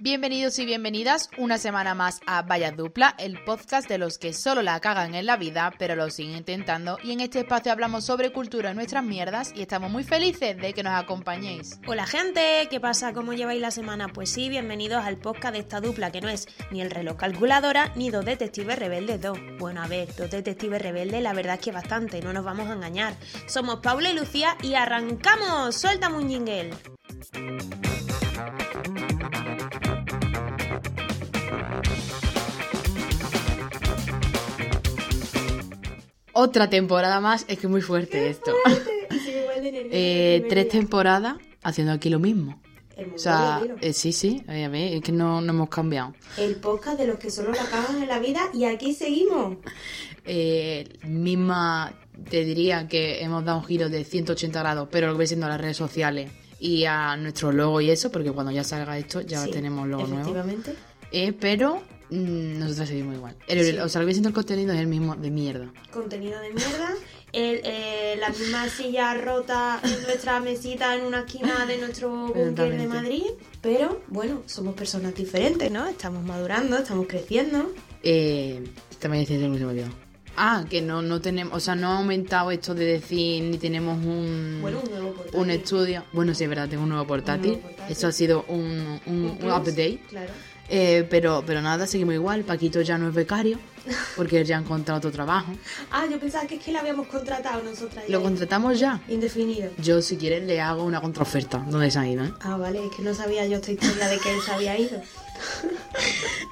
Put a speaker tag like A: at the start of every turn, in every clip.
A: Bienvenidos y bienvenidas una semana más a Vaya Dupla, el podcast de los que solo la cagan en la vida, pero lo siguen intentando. Y en este espacio hablamos sobre cultura y nuestras mierdas y estamos muy felices de que nos acompañéis.
B: Hola gente, ¿qué pasa? ¿Cómo lleváis la semana? Pues sí, bienvenidos al podcast de esta dupla que no es ni el reloj calculadora ni dos detectives rebeldes 2. Bueno, a ver, dos detectives rebeldes la verdad es que bastante, no nos vamos a engañar. Somos Paula y Lucía y arrancamos. Suelta un jingle.
A: Otra temporada más, es que es muy fuerte esto. Eh, tres temporadas haciendo aquí lo mismo. O sea, eh, sí, sí, eh, a ver, es que no, no hemos cambiado.
B: El podcast de los que solo la cagan en la vida y aquí seguimos.
A: Eh, misma, te diría que hemos dado un giro de 180 grados, pero lo que viene siendo a las redes sociales y a nuestro logo y eso, porque cuando ya salga esto ya
B: Sí,
A: tenemos logo nuevo.
B: Efectivamente.
A: Eh, pero mm, nosotros seguimos igual. El-
B: Sí.
A: O sea, lo que viene siendo el contenido es el mismo de mierda.
B: Contenido de mierda. El, eh, la misma silla rota en nuestra mesita en una esquina de nuestro búnker de
A: Exactamente.
B: Madrid. Pero bueno, somos personas diferentes, ¿no? Estamos madurando, estamos creciendo.
A: Eh, también decía algo que se me olvidó. Ah, que no, no tenemos, o sea, no ha aumentado esto de decir ni tenemos un,
B: Bueno, un nuevo portátil.
A: Mm. un estudio. Bueno, sí, es verdad, tengo un nuevo portátil.
B: portátil.
A: Eso ha sido un, un- un
B: plus,
A: update.
B: Claro.
A: Eh, pero, pero nada, seguimos igual. Paquito ya no es becario porque él ya ha encontrado otro trabajo.
B: Ah, yo pensaba que es que la habíamos contratado nosotras. ya.
A: Lo contratamos ya.
B: Indefinido.
A: Yo, si quieres, le hago una contraoferta donde se ha ido. ¿eh?
B: Ah, vale, es que no sabía yo esta historia de que él se había ido.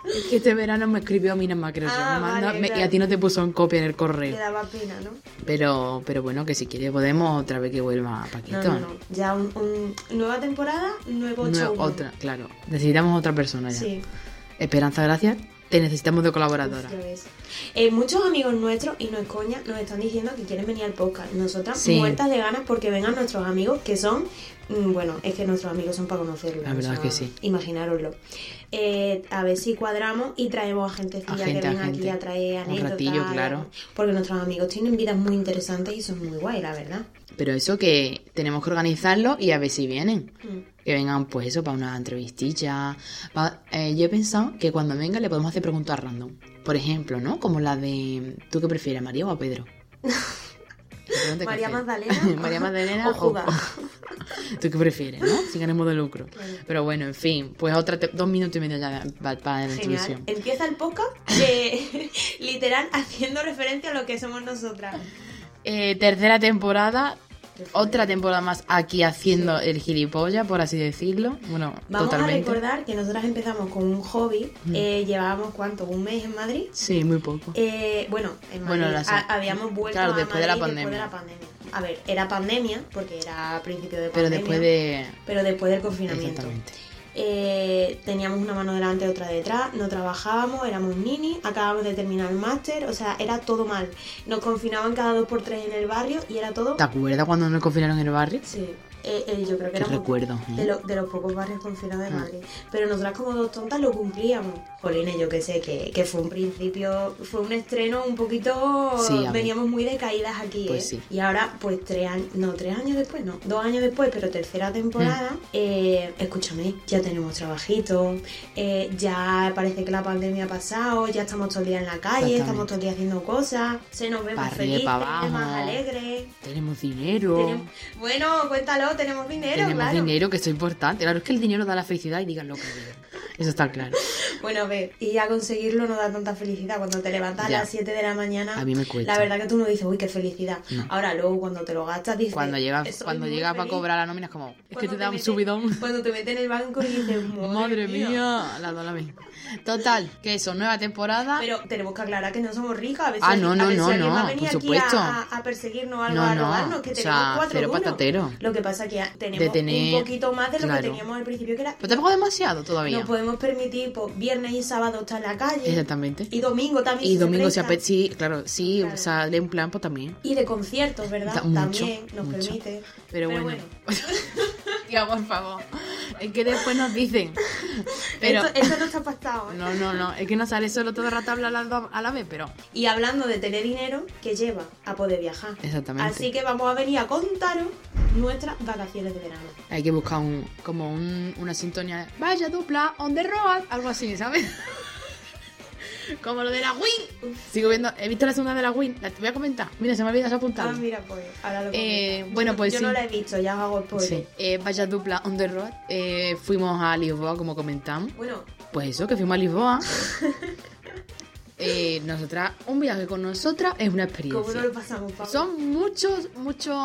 A: Es que este verano me escribió Mina Macreso.
B: Ah,
A: me manda-
B: vale,
A: me- Y
B: claro.
A: a ti no te puso en copia en el
B: Le
A: correo.
B: daba pena, ¿no?
A: Pero, pero bueno, que si quieres podemos otra vez que vuelva Paquito.
B: No, no, no. Ya un, un- nueva temporada, nuevo
A: Nue-
B: show.
A: otra, claro. Necesitamos otra persona ya.
B: Sí.
A: Esperanza, gracias. Te necesitamos de
B: Uf,
A: colaboradora.
B: ya ves. Eh, muchos amigos nuestros, y no es coña, nos están diciendo que quieren venir al podcast. Nosotras
A: Sí.
B: muertas de ganas porque vengan nuestros amigos que son. mm, Bueno, es que nuestros amigos son para conocerlos.
A: La verdad
B: o sea,
A: que sí.
B: Imaginároslo. Eh, a ver si cuadramos y traemos a gentecilla
A: A gente,
B: que
A: a
B: venga aquí
A: gente.
B: a traer
A: Un
B: anécdotas.
A: ratillo, claro.
B: Porque nuestros amigos tienen vidas muy interesantes y son muy guay, la verdad.
A: Pero eso que tenemos que organizarlo y a ver si vienen.
B: Mm.
A: Que vengan, pues eso, para una entrevistilla. pa- eh, yo he pensado que cuando venga le podemos hacer preguntas random. Por ejemplo, ¿no? Como la de. ¿Tú qué prefieres, María o a Pedro? Te pregunto qué
B: María
A: hacer.
B: Magdalena.
A: María Magdalena
B: O Judá.
A: ¿Tú qué prefieres, no? Sin ánimo de lucro.
B: Claro.
A: Pero bueno, en fin, pues otra te- dos minutos y medio ya para la
B: Genial.
A: introducción.
B: Empieza el podcast de literal haciendo referencia a lo que somos nosotras.
A: Eh, tercera temporada. Otra temporada más aquí haciendo el gilipollas, por así decirlo. Bueno,
B: Vamos
A: totalmente.
B: a recordar que nosotras empezamos con un hobby. eh, llevábamos cuánto, un mes en Madrid.
A: Sí, muy poco.
B: Eh, bueno, en Madrid
A: Bueno, la sa-
B: a- habíamos vuelto
A: claro,
B: a
A: después de la
B: Madrid después de
A: pandemia.
B: la pandemia. A ver, era pandemia porque era a principio de
A: Pero
B: pandemia.
A: después de.
B: pero después del confinamiento.
A: Exactamente.
B: Eh, teníamos una mano delante, otra detrás, no trabajábamos, éramos nini, acabábamos de terminar el máster, o sea, era todo mal. Nos confinaban cada dos por tres en el barrio y era todo...
A: ¿Te acuerdas cuando nos confinaron en el barrio?
B: Sí, eh, eh, yo creo que
A: Qué
B: éramos
A: recuerdos, ¿eh?
B: de, lo- de los pocos barrios confinados de Madrid. Pero nosotras como dos tontas lo cumplíamos. Jolines, yo que sé, que, que fue un principio, fue un estreno un poquito...
A: Sí, a ver.
B: veníamos muy decaídas aquí,
A: Pues
B: ¿eh?
A: sí.
B: Y ahora, pues tres años, no, tres años después, no, dos años después, pero tercera temporada, eh, escúchame, ya tenemos trabajito, eh, ya parece que la pandemia ha pasado, ya estamos todo el día en la calle,
A: Exactamente.
B: estamos todo el día haciendo cosas, se nos ve más
A: Pa' arriba,
B: felices,
A: pa'
B: más
A: abajo.
B: alegres.
A: Tenemos dinero.
B: Tenemos- Bueno, cuéntalo, tenemos dinero,
A: Tenemos
B: claro.
A: dinero, que esto es importante. Claro, es que el dinero da la felicidad y digan lo que digan. Eso está claro.
B: Bueno, a ver, y a conseguirlo no da tanta felicidad. Cuando te levantas
A: Ya.
B: a las 7 de la mañana,
A: A mí me cuesta.
B: la verdad que tú no dices, uy, qué felicidad.
A: No.
B: Ahora, luego, cuando te lo gastas, dices,
A: Cuando llegas,
B: "Soy
A: cuando
B: muy
A: llegas para
B: feliz".
A: cobrar la nómina es como. Es que
B: Cuando
A: te da un
B: meten-
A: subidón.
B: Cuando te meten en el banco y dices, madre,
A: Madre mía, la la vez. Total, que eso, nueva temporada.
B: Pero tenemos que aclarar que no somos ricas. A ver si
A: Ah,
B: alguien-
A: no,
B: a
A: no,
B: ver si
A: no,
B: alguien va a
A: no,
B: venir
A: por
B: aquí
A: supuesto.
B: A, a perseguirnos o algo,
A: No,
B: a
A: no,
B: robarnos, que
A: o
B: tenemos
A: sea,
B: cuatro
A: cero
B: duros.
A: patatero.
B: Lo que pasa que tenemos
A: De tener-
B: un poquito más de lo
A: claro.
B: que teníamos al principio, que era
A: Pero tampoco demasiado todavía.
B: No podemos podemos permitir pues, viernes y sábado estar en la calle.
A: Exactamente.
B: Y domingo también.
A: Y
B: si se
A: domingo se
B: presta.
A: apetece, sí, claro, sí,
B: Claro.
A: sale un plan, pues también.
B: Y de conciertos, ¿verdad?
A: Da- mucho,
B: también nos
A: mucho.
B: permite.
A: Pero, bueno. Tía, por favor. Es que después nos dicen. Pero.
B: Esto, esto no está pactado. ¿eh?
A: No, no, no. Es que no sale solo todo el rato hablar a la, a la vez, pero.
B: Y hablando de tener dinero, que lleva a poder viajar.
A: Exactamente.
B: Así que vamos a venir a contaros nuestras vacaciones de verano.
A: Hay que buscar un, como un- una sintonía. Vaya dupla, on the road. Algo así, ¿sabes? como lo de la Win. Sigo viendo. He visto la segunda de la Win. La te voy a comentar. Mira, se me ha olvidado apuntar.
B: Ah, mira, pues, ahora lo
A: Eh,
B: comento.
A: bueno,
B: Yo-
A: pues
B: Yo
A: sí.
B: no la he visto, ya os hago spoiler.
A: Sí. Eh, vaya dupla on the road. Eh, fuimos a Lisboa, como comentamos.
B: Bueno,
A: Pues eso, que fuimos a Lisboa. Eh, nosotras, un viaje con nosotras es una
B: ¿cómo no
A: experiencia.
B: lo pasamos, Pablo?
A: Son muchos, muchos.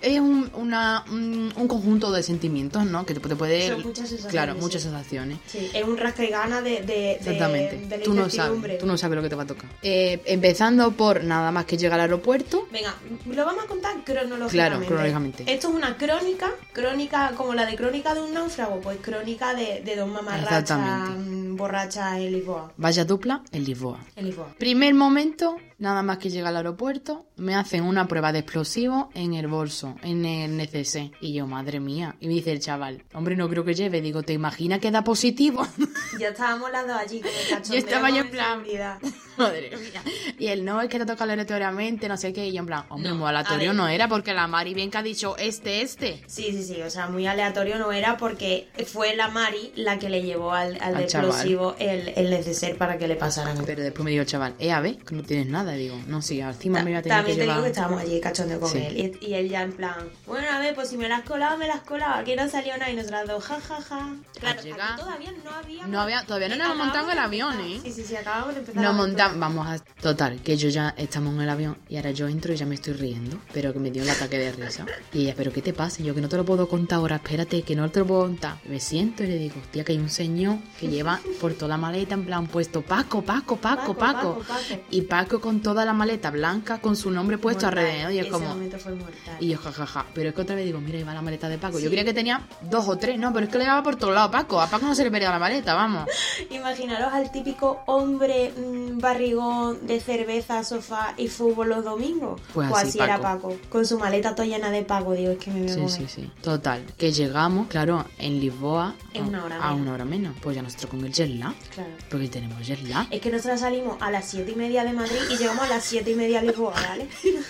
A: Es un, una- un, un conjunto de sentimientos, ¿no? Que te, te puede.
B: Son muchas sensaciones,
A: Claro,
B: sí.
A: muchas sensaciones.
B: Sí, es un rasca y gana de, de, de-
A: Exactamente.
B: de la
A: tú no
B: incertidumbre.
A: sabes, tú no sabes lo que te va a tocar. Eh, empezando por nada más que llegar al aeropuerto.
B: Venga, lo vamos a contar cronológicamente.
A: Claro, cronológicamente.
B: Esto es una crónica, crónica como la de crónica de un náufrago, pues crónica de, de dos mamarrachas
A: Exactamente.
B: mm, borrachas en Lisboa.
A: Vaya dupla en Lisboa.
B: En Lisboa.
A: Primer momento, nada más que llegar al aeropuerto, me hacen una prueba de explosivo en el bolso, en el NCC. Y yo, madre mía. Y me dice el chaval, hombre, no creo que lleve. Digo, ¿te imaginas que da positivo?
B: Ya estábamos las dos allí con el
A: Yo
B: cachondeo
A: estaba yo
B: con
A: en plan-
B: inseguridad.
A: madre mía. Y él, no, es que te toca aleatoriamente, no sé qué. Y yo, en plan, hombre,
B: No,
A: muy
B: a
A: aleatorio
B: ver.
A: no era porque la Mari bien que ha dicho este, este.
B: Sí, sí, sí, o sea, muy aleatorio no era porque fue la Mari la que le llevó al, al,
A: Al chaval.
B: explosivo el, el neceser para que le pasaran.
A: Pero después me dijo el chaval, eh, a ver, que no tienes nada. Digo, no, sí, encima
B: Ta-
A: me iba a tener que
B: También te digo que
A: llevar.
B: estábamos allí cachondeo con
A: Sí.
B: él. Y, y él ya en plan, bueno, a ver, pues si me las colaba, me las colaba. Aquí no salió nada y nosotras dos, ja, ja, ja. Claro, aquí
A: llegar-
B: todavía no había...
A: No había- todavía no nos
B: habíamos
A: habíamos montado en el avión, ¿eh?
B: Sí, sí, sí, acabamos de empezar.
A: Nos
B: la
A: montamos,
B: aventura.
A: vamos a... Total, que yo ya estamos en el avión y ahora yo entro y ya me estoy riendo, pero que me dio un ataque de risa. Y ella, pero ¿qué te pasa? Y yo que no te lo puedo contar ahora, espérate, que no te lo puedo contar. Y me siento y le digo, hostia, que hay un señor que lleva por toda la maleta en plan puesto Paco, Paco, Paco, Paco.
B: Paco, Paco.
A: Y Paco con toda la maleta blanca, con su nombre puesto
B: Mortal.
A: alrededor y es
B: Ese
A: como...
B: momento fue mortal.
A: Y yo, jajaja, pero es que otra vez digo, mira, ahí va la maleta de Paco.
B: Sí.
A: Yo creía que tenía dos o tres, no, pero es que le llevaba por todos lados Paco. A Paco no se le perdía la maleta, vamos.
B: Imaginaros al típico hombre mm, barrigón de cerveza, sofá y fútbol los domingos.
A: Pues
B: o
A: así,
B: así era
A: Paco.
B: Paco. Con su maleta toda llena de pago, digo, es que me veo
A: Sí,
B: con
A: sí,
B: él.
A: sí. Total, que llegamos, claro, en Lisboa
B: En
A: a-
B: una hora
A: a
B: menos.
A: una hora menos. Pues ya nosotros con el jet lag,
B: Claro.
A: porque tenemos jet lag.
B: Es que nosotras salimos a las 7 y media de Madrid y llegamos a las 7 y media a Lisboa, ¿vale?
A: Eh,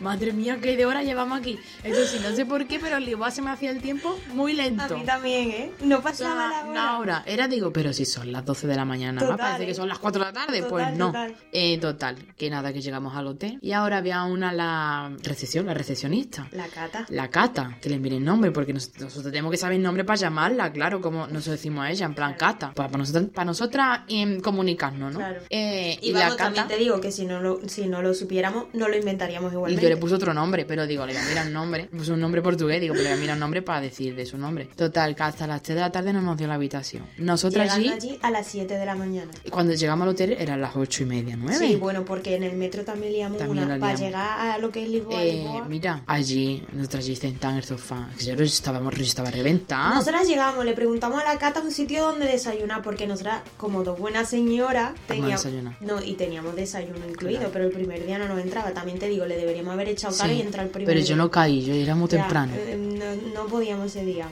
A: Madre mía, qué de hora llevamos aquí. Eso sí, no sé por qué, pero en Lisboa se me hacía el tiempo muy
B: A
A: lento.
B: mí también, ¿eh? No
A: O sea,
B: pasaba la hora.
A: una hora. Era, digo, pero si son las 12 de la mañana,
B: Total,
A: ¿no? parece
B: ¿eh?
A: que son las 4 de la tarde.
B: Total,
A: pues no.
B: total.
A: Eh, total, que nada, que llegamos al hotel. Y ahora había una, la recepción, la recepcionista.
B: La cata.
A: La Cata, que le envíen el nombre, porque nos- nosotros tenemos que saber el nombre para llamarla, claro, como nosotros decimos a ella, en plan Cata, Pues, para, para nosotras, para nosotras em, comunicarnos, ¿no?
B: Claro.
A: Eh, y,
B: Y,
A: la
B: vamos,
A: Cata,
B: también te digo que si no lo, si no lo supiéramos, no lo inventaríamos
A: y
B: igualmente.
A: yo le puse otro nombre, pero digo, le voy a mirar el nombre, le puse un nombre portugués, digo, pero le voy a mirar el nombre para decir de su nombre. Total, que hasta las 3 de la tarde no nos dio la habitación. Nosotras allí,
B: Llegando allí a las 7 de la mañana.
A: cuando llegamos al hotel, eran las 8 y media, 9.
B: Sí, bueno, porque en el metro también liamos
A: También
B: una.
A: la
B: Para
A: liamos.
B: llegar a lo que es Lisboa,
A: Eh,
B: Lisboa.
A: mira, allí, nosotras allí sentadas en el sofá, que yo estábamos, yo estaba reventada.
B: Nosotras llegamos, le preguntamos a la Cata un sitio donde desayunar, porque nosotras, como dos buenas señoras, teníamos.
A: desayunar.
B: No, y teníamos desayuno incluido, pero el primer día no nos entraba. También te digo, le deberíamos haber echado cara
A: Sí,
B: y entrar el primer
A: pero
B: día.
A: yo no caí, yo era muy
B: Ya,
A: temprano.
B: eh, No, no podíamos ese día.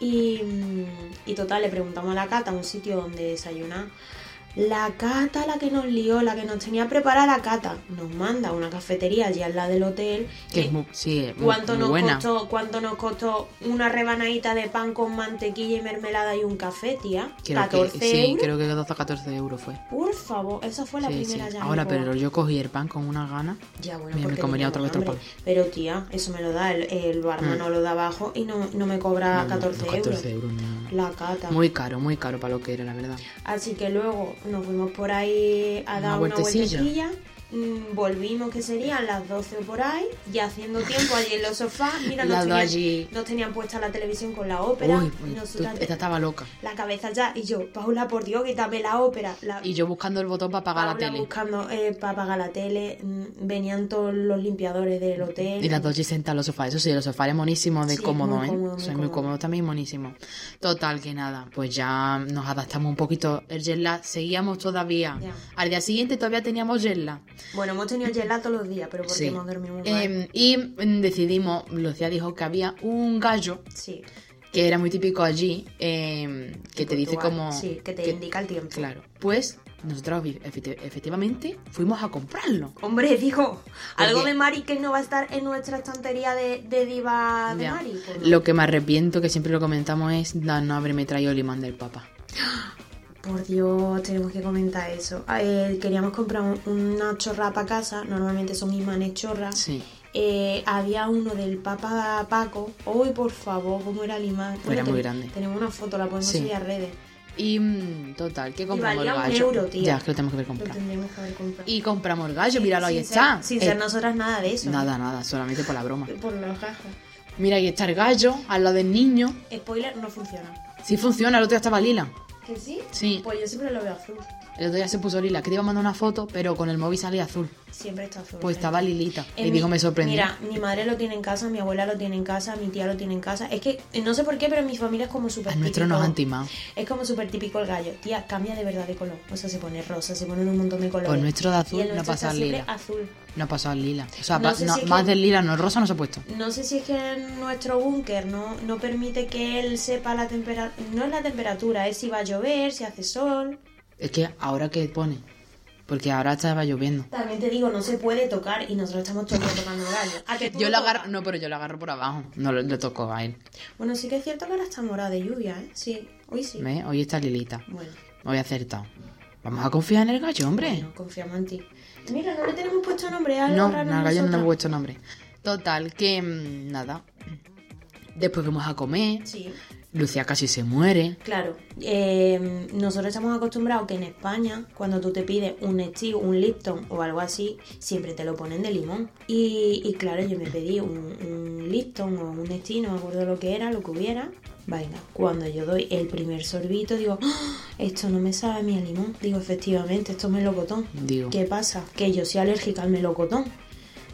B: Y, mm, y total, le preguntamos a la Cata un sitio donde desayunar. La Cata, la que nos lió, la que nos tenía preparada la Cata, nos manda a una cafetería allí al lado del hotel.
A: Que
B: Y
A: es muy, sí, es muy-
B: ¿Eh? ¿Cuánto
A: muy
B: nos
A: buena.
B: costó? ¿Cuánto nos costó una rebanadita de pan con mantequilla y mermelada y un café, tía?
A: Creo
B: 14
A: que, Sí,
B: euros.
A: creo que 12 a 14 euros fue.
B: Por favor, esa fue la
A: Sí, sí.
B: primera llamada.
A: Ahora, pero yo cogí el pan con una gana.
B: Ya, bueno,
A: Me- me
B: porque
A: comería
B: teníamos
A: otra vez otro
B: hambre. Pero tía, eso me lo da el, el barman,
A: Mm.
B: no lo da abajo y no, no me cobra
A: No, no,
B: 14,
A: no,
B: Ah, euros.
A: 14 euros, no, no.
B: La cata.
A: Muy caro, muy caro para lo que era, la verdad.
B: Así que luego nos fuimos por ahí a
A: Una
B: dar una
A: vueltecilla.
B: vueltecilla mm, volvimos, que serían las 12 o por ahí, y haciendo tiempo allí en los sofás, mira,
A: Las
B: nos
A: dos
B: tenían,
A: allí.
B: nos tenían puesta la televisión con la ópera,
A: Uy,
B: y
A: tú-
B: nosotras
A: esta estaba loca.
B: la cabeza ya, y yo, Paula, por Dios, quítame la ópera. La,
A: Y yo buscando el botón para apagar la
B: Paula
A: tele.
B: buscando para apagar la tele, mm, venían todos los limpiadores del hotel.
A: Y las dos sentadas en los sofás. Eso sí, los sofás eran monísimos de
B: Sí,
A: cómodo,
B: muy
A: ¿eh?
B: cómodo, muy
A: Soy muy
B: cómodo.
A: cómodo también, monísimo. Total, que nada. Pues ya nos adaptamos un poquito. El jet lag seguíamos todavía.
B: Ya.
A: Al día siguiente todavía teníamos jet lag.
B: Bueno, hemos tenido gelato todos los días, pero porque
A: Sí.
B: hemos dormido muy mal.
A: Eh, y mm, decidimos, Lucía dijo que había un gallo
B: sí,
A: que era muy típico allí, eh, que
B: en
A: te dice
B: Portugal.
A: como...
B: Sí, que te indica el tiempo.
A: Claro. Pues nosotros vi- efecti- efectivamente fuimos a comprarlo.
B: Hombre, digo, algo
A: Porque-
B: de Mari que no va a estar en nuestra estantería de, de diva de
A: Ya.
B: Mari. pues no.
A: Lo que me arrepiento, que siempre lo comentamos, es de no haberme traído el imán del papá.
B: Por Dios, tenemos que comentar eso. Eh, queríamos comprar un- una chorra para casa, normalmente son imanes chorras.
A: Sí.
B: Eh, había uno del Papa Paco. Uy, por favor, cómo era el imán.
A: Era muy
B: ten-
A: grande.
B: Tenemos una foto, la podemos
A: Sí.
B: subir a redes.
A: Y mm, total, que compramos el
B: valía un
A: gallo.
B: euro, tío.
A: Ya, es que lo tenemos que haber
B: Lo
A: comprado.
B: tendríamos que haber comprado.
A: Y compramos el gallo, míralo, ahí
B: Sin ser-
A: está.
B: Sin
A: Eh,
B: ser nosotras nada de eso.
A: Nada, nada, solamente por la broma.
B: Eh, Por los gajos.
A: Mira, ahí está el gallo, al lado del niño.
B: Spoiler, no funciona.
A: Sí funciona, el otro día estaba lila.
B: ¿Que sí?
A: Sí.
B: Pues yo siempre lo veo azul.
A: El otro día se puso lila, que te iba a mandar una foto, pero con el móvil salía azul.
B: Siempre está azul.
A: Pues estaba lilita.
B: En
A: y
B: mi-
A: digo, me sorprendió.
B: Mira, mi madre lo tiene en casa, mi abuela lo tiene en casa, mi tía lo tiene en casa. Es que eh, no sé por qué, pero en mi familia es como súper
A: Al
B: típico.
A: nuestro nos han timado.
B: Es como súper típico el gallo. Tía, cambia de verdad de color. O sea, se pone rosa, se pone un montón de colores.
A: Pues nuestro de azul
B: Y el
A: no
B: nuestro
A: pasa
B: está
A: al
B: siempre
A: lila.
B: azul.
A: No ha pasado el lila. O sea,
B: No
A: pa-
B: sé
A: no-
B: si es
A: más
B: que-
A: del lila, no, el rosa no se ha puesto.
B: No sé si es que en nuestro búnker no, no permite que él sepa la temperatura. No es la temperatura, es si va a llover, si hace sol.
A: Es que ahora que pone. Porque ahora estaba lloviendo.
B: También te digo, no se puede tocar y nosotros estamos todo el día tocando gallo. ¿A que tú
A: Yo
B: no
A: lo
B: tocas?
A: agarro. No, pero yo lo agarro por abajo. No lo- le tocó a él.
B: Bueno, sí que es cierto que ahora está morado de lluvia, ¿eh? Sí, hoy sí.
A: ¿Ves? Hoy está Lilita.
B: Bueno,
A: Hoy ha acertado. Vamos a confiar en el gallo, hombre.
B: bueno, confiamos en ti. Mira, no le tenemos puesto nombre a
A: No,
B: algo
A: no,
B: raro
A: al gallo no le
B: nosotras.
A: he puesto nombre. Total, que mm, nada. Después fuimos a comer.
B: Sí,
A: Lucía casi se muere.
B: claro. Eh, nosotros estamos acostumbrados que en España, cuando tú te pides un Steve, un Lipton o algo así, siempre te lo ponen de limón. Y, y claro, yo me pedí un, un Lipton o un Steve, no me acuerdo lo que era, lo que hubiera. Venga, cuando yo doy el primer sorbito, digo, "Ah, esto no me sabe a mí a limón. Digo, efectivamente, esto es melocotón.
A: Digo.
B: ¿Qué pasa? Que yo soy alérgica al melocotón.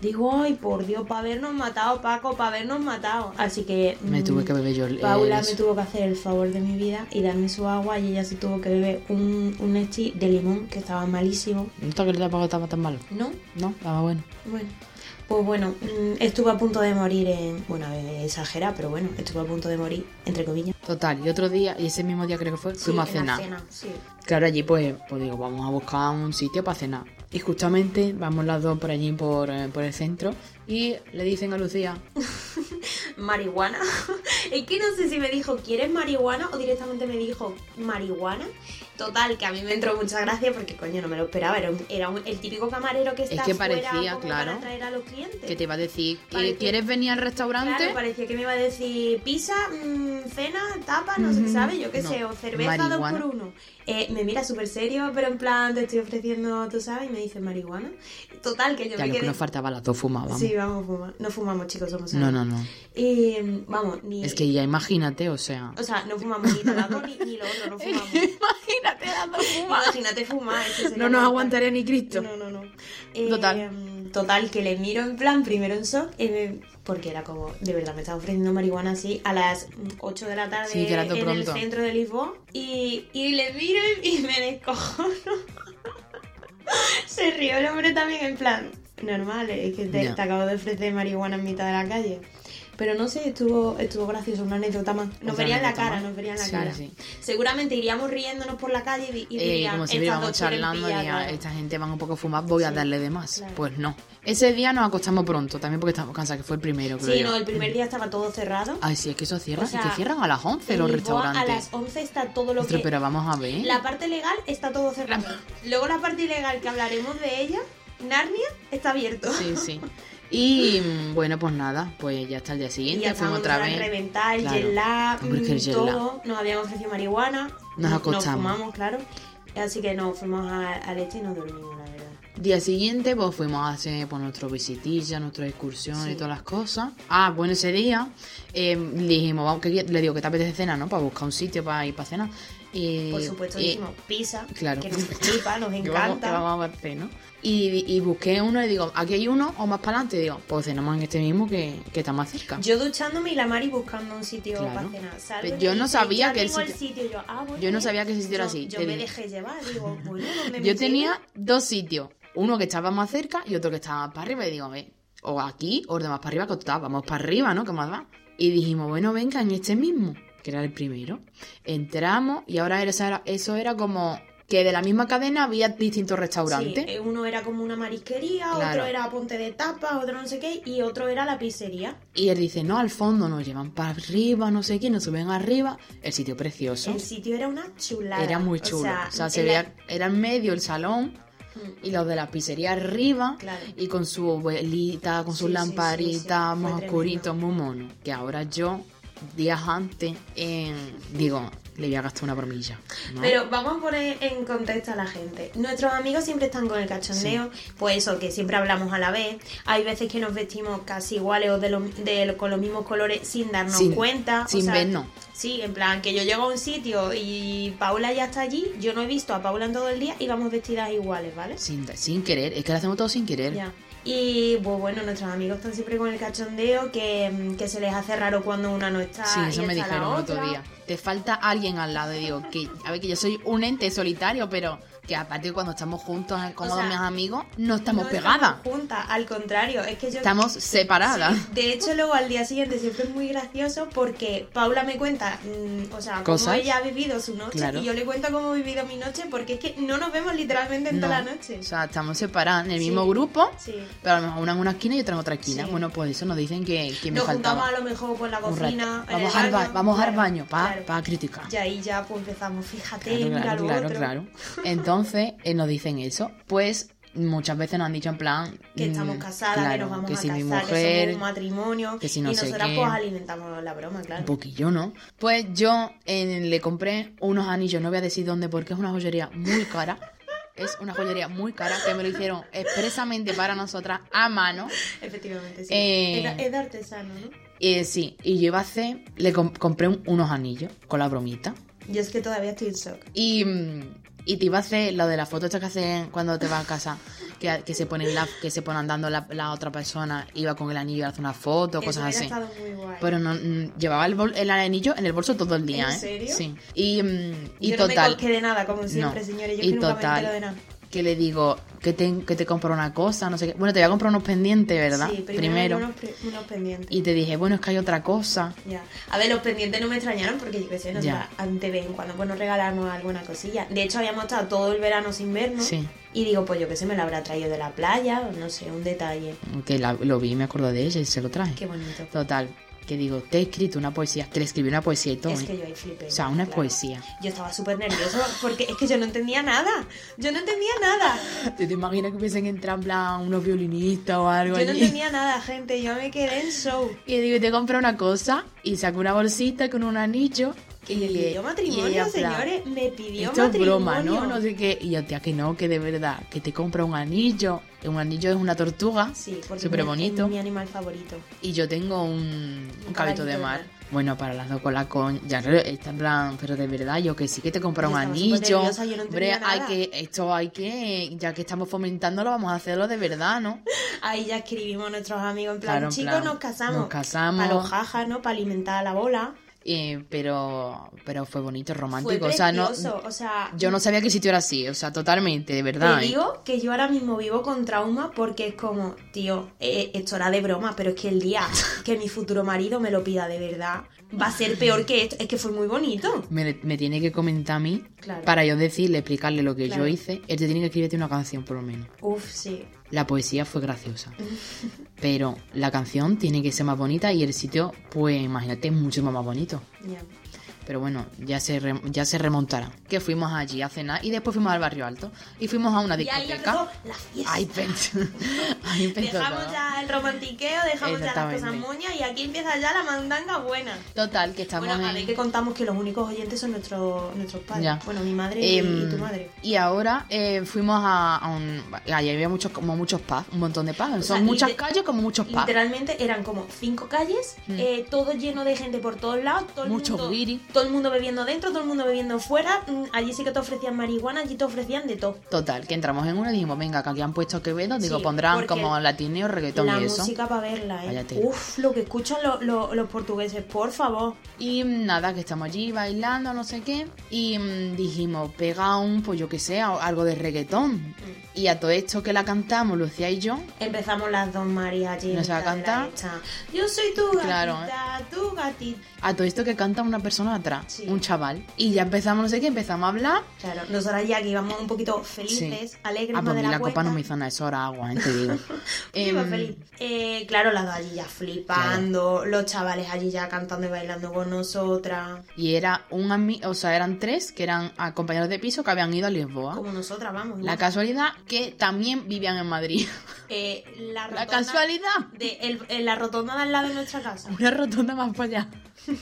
B: Digo, ay, por Dios, para habernos matado, Paco, para habernos matado. Así que.
A: Me
B: mm,
A: tuve que beber yo el-
B: Paula
A: el-
B: me tuvo que hacer el favor de mi vida y darme su agua y ella se tuvo que beber un, un esti de limón que estaba malísimo.
A: No te que tampoco estaba tan malo.
B: ¿No?
A: No, estaba bueno.
B: Bueno. Pues bueno, mm, estuve a punto de morir en. Bueno, eh, exagera, pero bueno, estuve a punto de morir, entre comillas.
A: Total, y otro día, y ese mismo día creo que fue, fuimos a
B: en la
A: cenar.
B: cena, sí.
A: Claro, allí pues, pues digo, vamos a buscar un sitio para cenar. Y justamente vamos las dos por allí, por, eh, por el centro, y le dicen a Lucía,
B: marihuana. es que no sé si me dijo, ¿quieres marihuana? O directamente me dijo, ¿marihuana? Total, que a mí me entró mucha gracia porque, coño, no me lo esperaba. Era, un- era un- el típico camarero que está
A: que
B: fuera
A: parecía,
B: como
A: claro,
B: para traer a los clientes.
A: que te va a decir,
B: Parecía-
A: ¿quieres venir al
B: Claro,
A: restaurante?
B: parecía que me iba a decir pizza, mm, cena, tapa, no sé, ¿sabes? Yo qué
A: No,
B: sé, o cerveza dos
A: marihuana.
B: por uno. Eh, me mira súper serio, pero en plan, te estoy ofreciendo, tú sabes, y me dice marihuana. Total, que yo
A: ya
B: me
A: lo que
B: quedé...
A: nos faltaba, las dos fumábamos.
B: Sí, vamos a fumar. No fumamos, chicos, somos
A: no,
B: sanos.
A: no, no.
B: Y, mm, vamos, ni...
A: Es que ya imagínate, o sea...
B: O sea, no fumamos ni tabaco ni, ni lo otro, no fumamos.
A: imagínate las dos
B: Imagínate fumar. eso sería
A: No nos
B: brutal.
A: aguantaría ni Cristo.
B: No, no, no.
A: Total.
B: Eh, total, que le miro en plan, primero en shock, eh, porque era como, de verdad, me estaba ofreciendo marihuana así a las 8 de la tarde
A: Sí, que era
B: en
A: todo
B: el
A: pronto.
B: centro de Lisboa. Y, y le miro y, y me descojono. Se rió el hombre también en plan, normal, eh, es que te,
A: Ya.
B: te acabo de ofrecer marihuana en mitad de la calle. Pero no sé, estuvo, estuvo gracioso, una anécdota más.
A: Otra
B: Nos verían la
A: anécdota
B: cara,
A: más.
B: nos verían la
A: Sí,
B: cara.
A: sí.
B: Seguramente iríamos riéndonos por la calle y, di- y
A: Eh,
B: dirían,
A: como siempre
B: "Estas
A: vamos
B: dos quieren
A: charlando,
B: pillar,
A: diga,
B: claro".
A: esta gente van un poco a fumar, voy a
B: Sí,
A: darle de más.
B: claro.
A: Pues no. Ese día nos acostamos pronto, también porque estábamos cansados, que fue el primero, creo
B: Sí,
A: yo.
B: no, el primer día estaba todo cerrado.
A: Ay, sí, es que eso cierra,
B: O sea,
A: es que cierran a las 11 Ah, los
B: En Lisboa,
A: restaurantes.
B: A las 11 está todo lo
A: Ostras,
B: que...
A: pero ¿eh?". Ah. vamos a ver.
B: La parte legal está todo cerrado. Luego la parte ilegal, que hablaremos de ella, Narnia, está abierto.
A: Sí, sí. Y mm, bueno, pues nada, pues ya hasta el día siguiente, fuimos
B: estábamos
A: otra
B: nosotras
A: vez.
B: reventar, el
A: Claro.
B: jet lag,
A: Hombre, es que el
B: mm,
A: jet lag.
B: todo. Nos habían ofrecido marihuana.
A: Nos acostamos.
B: Nos fumamos, claro. Así que nos fuimos a- al este y nos dormimos, la verdad.
A: Día siguiente, pues fuimos a hacer pues, nuestro visitilla, nuestra excursión y todas las cosas. Ah, bueno, ese día eh, le dijimos, vamos, que le digo que te apetece cenar, ¿no? Para buscar un sitio para ir para cenar. Y,
B: Por supuesto,
A: y-
B: dijimos pizza,
A: Eh, claro.
B: que nos flipa, nos
A: que vamos, que
B: encanta.
A: vamos a hacer, ¿no? Y, y busqué uno y digo, aquí hay uno o más para adelante. Digo, pues cenamos en este mismo que, que está más cerca.
B: Yo duchándome y la Mari buscando un sitio
A: Claro.
B: para cenar. Salgo
A: Pero
B: y
A: yo
B: me
A: no
B: dice,
A: sabía
B: "Ya
A: que el
B: tengo
A: sitio-
B: Yo, ah, bueno,
A: yo no sabía que ese sitio era
B: yo-
A: así,
B: Yo
A: te
B: me
A: dije.
B: dejé llevar, digo, bueno, ¿dónde me
A: Yo
B: lleva?
A: tenía dos sitios, uno que estaba más cerca y otro que estaba para arriba. Y digo, ve, o aquí o de más para arriba que está, vamos para arriba, ¿no? ¿Qué más da? Y dijimos, bueno, venga, en este mismo, que era el primero. Entramos y ahora era- eso era, eso era como que de la misma cadena había distintos restaurantes.
B: Sí, eh, uno era como una marisquería,
A: Claro.
B: otro era ponte de tapa, otro no sé qué, y otro era la pizzería.
A: Y él dice, no, al fondo nos llevan para arriba, no sé qué, nos suben arriba. El sitio precioso.
B: El sitio era una chulada.
A: Era muy chulo. O sea, se
B: era-
A: veía, era en medio el salón
B: Mm.
A: y los de la pizzería arriba
B: Claro.
A: y con su velita, con
B: Sí,
A: sus
B: sí, sí,
A: lamparitas,
B: sí, fue
A: más
B: tremendo.
A: oscuritos, muy mono. Que ahora yo, días antes, en- digo, le voy a gastar una bromilla. ¿no?
B: Pero vamos a poner en contexto a la gente. Nuestros amigos siempre están con el cachondeo, pues eso, que siempre hablamos a la vez. Hay veces que nos vestimos casi iguales o de lo- de- con los mismos colores sin darnos
A: Sin-
B: cuenta. o
A: sin
B: sea,
A: vernos.
B: Sí, en plan, que yo llego a un sitio y Paula ya está allí, yo no he visto a Paula en todo el día y vamos vestidas iguales, ¿vale?
A: Sin, sin querer, es que lo hacemos todo sin querer.
B: Ya. Y pues bueno, nuestros amigos están siempre con el cachondeo, que, mm, que se les hace raro cuando una no está.
A: Sí, eso
B: Ah, y
A: me
B: está la
A: dijeron el otro
B: otra.
A: día. Te falta alguien al lado. Y digo, que, a ver, que yo soy un ente solitario, pero que aparte cuando estamos juntos, como
B: O sea,
A: mis amigos, no estamos
B: No
A: pegadas.
B: juntas, al contrario, es que yo
A: Estamos separadas.
B: Sí, de hecho, luego al día siguiente siempre es muy gracioso porque Paula me cuenta, mm, o sea,
A: Cosas.
B: cómo ella ha vivido su noche
A: Claro.
B: y yo le cuento cómo he vivido mi noche porque es que no nos vemos literalmente en
A: No,
B: toda la noche.
A: O sea, estamos separadas en el
B: Sí.
A: mismo grupo,
B: Sí.
A: pero a lo mejor una en una esquina y otra en otra esquina.
B: Sí.
A: Bueno, pues eso nos dicen que, que me
B: Nos juntamos
A: faltaba.
B: a lo mejor por la
A: Un rato.
B: cocina. en el
A: Vamos, al, ba-
B: baño,
A: vamos al
B: claro,
A: baño para
B: claro.
A: criticar.
B: Y ahí ya pues empezamos, fíjate,
A: Claro,
B: mira
A: claro,
B: lo
A: claro,
B: otro.
A: claro. Entonces eh, nos dicen eso. Pues muchas veces nos han dicho en plan...
B: Que
A: mm,
B: estamos casadas, que
A: claro,
B: nos vamos
A: que
B: a
A: si
B: casar,
A: mi
B: que
A: mujer,
B: somos un matrimonio.
A: que si no
B: y
A: sé
B: nosotras
A: qué.
B: pues alimentamos la broma, claro.
A: Un poquillo, ¿no? Pues yo eh, le compré unos anillos, no voy a decir dónde porque es una joyería muy cara. Es una joyería muy cara que me lo hicieron expresamente para nosotras a mano.
B: Efectivamente, sí.
A: Eh,
B: Es, de- es de artesano, ¿no?
A: Eh, sí, y yo iba a hacer, le com- compré un- unos anillos con la bromita.
B: Yo es que todavía estoy en shock.
A: Y, mm, y te iba a hacer lo de las fotos que hacen cuando te vas a casa, que, que se ponen la, que se ponen dando la, la otra persona, iba con el anillo y hace una foto,
B: Eso
A: cosas
B: hubiera
A: así.
B: estado muy guay.
A: Pero no, mm, llevaba el, bol- el anillo en el bolso todo el día,
B: ¿En
A: ¿eh?
B: serio?
A: Sí. Y, mm, y
B: yo no me
A: total.
B: colqué de nada, como siempre,
A: No.
B: señores. Yo
A: Y
B: que nunca me
A: total.
B: entero de nada.
A: que le digo que te, que te compro una cosa, no sé qué. Bueno, te voy a comprar unos pendientes, ¿verdad?
B: Sí, primero, Unos, pre- unos pendientes.
A: Y te dije, bueno, es que hay otra cosa.
B: Ya. A ver, los pendientes no me extrañaron porque yo qué sé, no
A: Ya.
B: antes de vez en cuando pues nos regalarnos alguna cosilla. De hecho, habíamos estado todo el verano sin vernos.
A: Sí.
B: Y digo, pues yo qué sé, me la habrá traído de la playa o no sé, un detalle.
A: Que la- lo vi, me acuerdo de ella y se lo traje.
B: Qué bonito.
A: Total, que digo, te he escrito una poesía, que le escribí una poesía y todo.
B: Es
A: ¿eh?
B: que yo ahí flipé.
A: O sea, una
B: claro.
A: poesía.
B: Yo estaba súper nerviosa porque es que yo no entendía nada. Yo no entendía nada.
A: ¿Te, te imaginas que hubiesen entrado en plan unos violinistas o algo
B: Yo no
A: allí?
B: entendía nada, gente. Yo me quedé en show.
A: Y digo, te compré una cosa y saco una bolsita con un anillo.
B: Que
A: y
B: me
A: le-
B: pidió
A: y
B: matrimonio,
A: ella, en plan,
B: señores. Me pidió
A: Esto es
B: matrimonio.
A: broma, ¿no? No sé qué. Y yo, tía, que no, que de verdad, que te compra un anillo. Un anillo es una tortuga.
B: Sí, porque
A: Súper
B: es mi-
A: bonito.
B: es mi animal favorito.
A: Y yo tengo un, un
B: caballito
A: cabito
B: de
A: de mar.
B: mar.
A: Bueno, para las dos con la con. Ya claro, está en plan, pero de verdad, yo que sí que te compra
B: Yo
A: un
B: estaba súper
A: anillo.
B: nerviosa, yo no
A: Hombre,
B: entendía
A: hay
B: nada.
A: que. Esto hay que. Ya que estamos fomentándolo, vamos a hacerlo de verdad, ¿no?
B: Ahí ya escribimos a nuestros amigos en plan,
A: Claro, en
B: chicos,
A: plan,
B: nos casamos.
A: nos casamos.
B: Para los jajas, ¿no? Para alimentar a la bola.
A: Eh, pero. Pero fue bonito,
B: Fue
A: romántico.
B: precioso,
A: o sea, no.
B: o sea,
A: Yo no sabía que el sitio era así, o sea, totalmente, de verdad.
B: te
A: ¿eh?
B: digo que yo ahora mismo vivo con trauma porque es como, tío, eh, esto era de broma, pero es que el día que mi futuro marido me lo pida de verdad va a ser peor que esto. Es que fue muy bonito.
A: Me, me tiene que comentar a mí
B: Claro.
A: para yo decirle, explicarle lo que
B: Claro.
A: yo hice. Él te tiene que escribirte una canción, por lo menos.
B: Uf, sí.
A: La poesía fue graciosa. Pero la canción tiene que ser más bonita y el sitio, pues imagínate, es mucho más bonito.
B: ya.
A: Pero bueno, ya se, re- ya se remontarán. Que fuimos allí a cenar y después fuimos al barrio alto y fuimos a una
B: Y ahí
A: discoteca.
B: empezó la fiesta.
A: Ahí pensó. Ahí empezó
B: Dejamos
A: todo.
B: ya el romantiqueo, dejamos ya las cosas
A: Exactamente.
B: moñas y aquí empieza ya la mandanga buena.
A: Total, que estamos
B: bueno, a ver
A: en-
B: que contamos que los únicos oyentes son nuestros nuestros padres.
A: Ya.
B: Bueno, mi madre y,
A: Em,
B: y tu madre.
A: y ahora eh, fuimos a, a un. Ahí había muchos, como muchos pubs, un montón de pubs. Son
B: sea,
A: muchas
B: lite-
A: calles como muchos pubs.
B: Literalmente eran como cinco calles,
A: Mm.
B: eh, todo lleno de gente por todos lados, todo el
A: Mucho
B: mundo,
A: guiri.
B: todo el mundo bebiendo dentro, todo el mundo bebiendo fuera. Mm, Allí sí que te ofrecían marihuana, allí te ofrecían de todo.
A: Total, que entramos en una y dijimos, venga, que aquí han puesto Quevedo, digo,
B: Sí,
A: pondrán
B: porque
A: como latineo, reggaetón
B: La
A: y eso.
B: música para verla, eh.
A: Vaya tela.
B: Uf, lo que escuchan lo- lo- los portugueses, por favor.
A: Y mm, nada, que estamos allí bailando, no sé qué. Y mm, dijimos, pega un, pues yo que sé, a- algo de
B: Mm.
A: reggaetón. Y a todo esto que la cantamos, Lucía y yo,
B: Empezamos las dos Marías allí.
A: Nos va a cantar.
B: Yo soy tu gatita,
A: Claro, eh.
B: tu gatita.
A: a todo esto que canta una persona atrás,
B: Sí.
A: un chaval. Y ya empezamos, no sé qué, empezamos a hablar.
B: Claro, nosotras ya que íbamos un poquito felices,
A: Sí.
B: alegres,
A: Ah,
B: más
A: pues a
B: de
A: mí
B: la,
A: la copa
B: cuenta.
A: no me hizo nada, eso era agua, ¿eh? te digo.
B: Yo iba
A: Em,
B: feliz. Eh, claro, las dos allí ya flipando, los chavales allí ya cantando y bailando con nosotras.
A: y era un ami- o sea, eran tres que eran ah, compañeros de piso que habían ido a Lisboa.
B: Como nosotras, vamos.
A: La
B: ¿no?
A: casualidad que también vivían en Madrid.
B: Eh, la rotonda
A: La casualidad.
B: De el- en la rotonda de al lado de nuestra casa.
A: Una rotonda más para allá.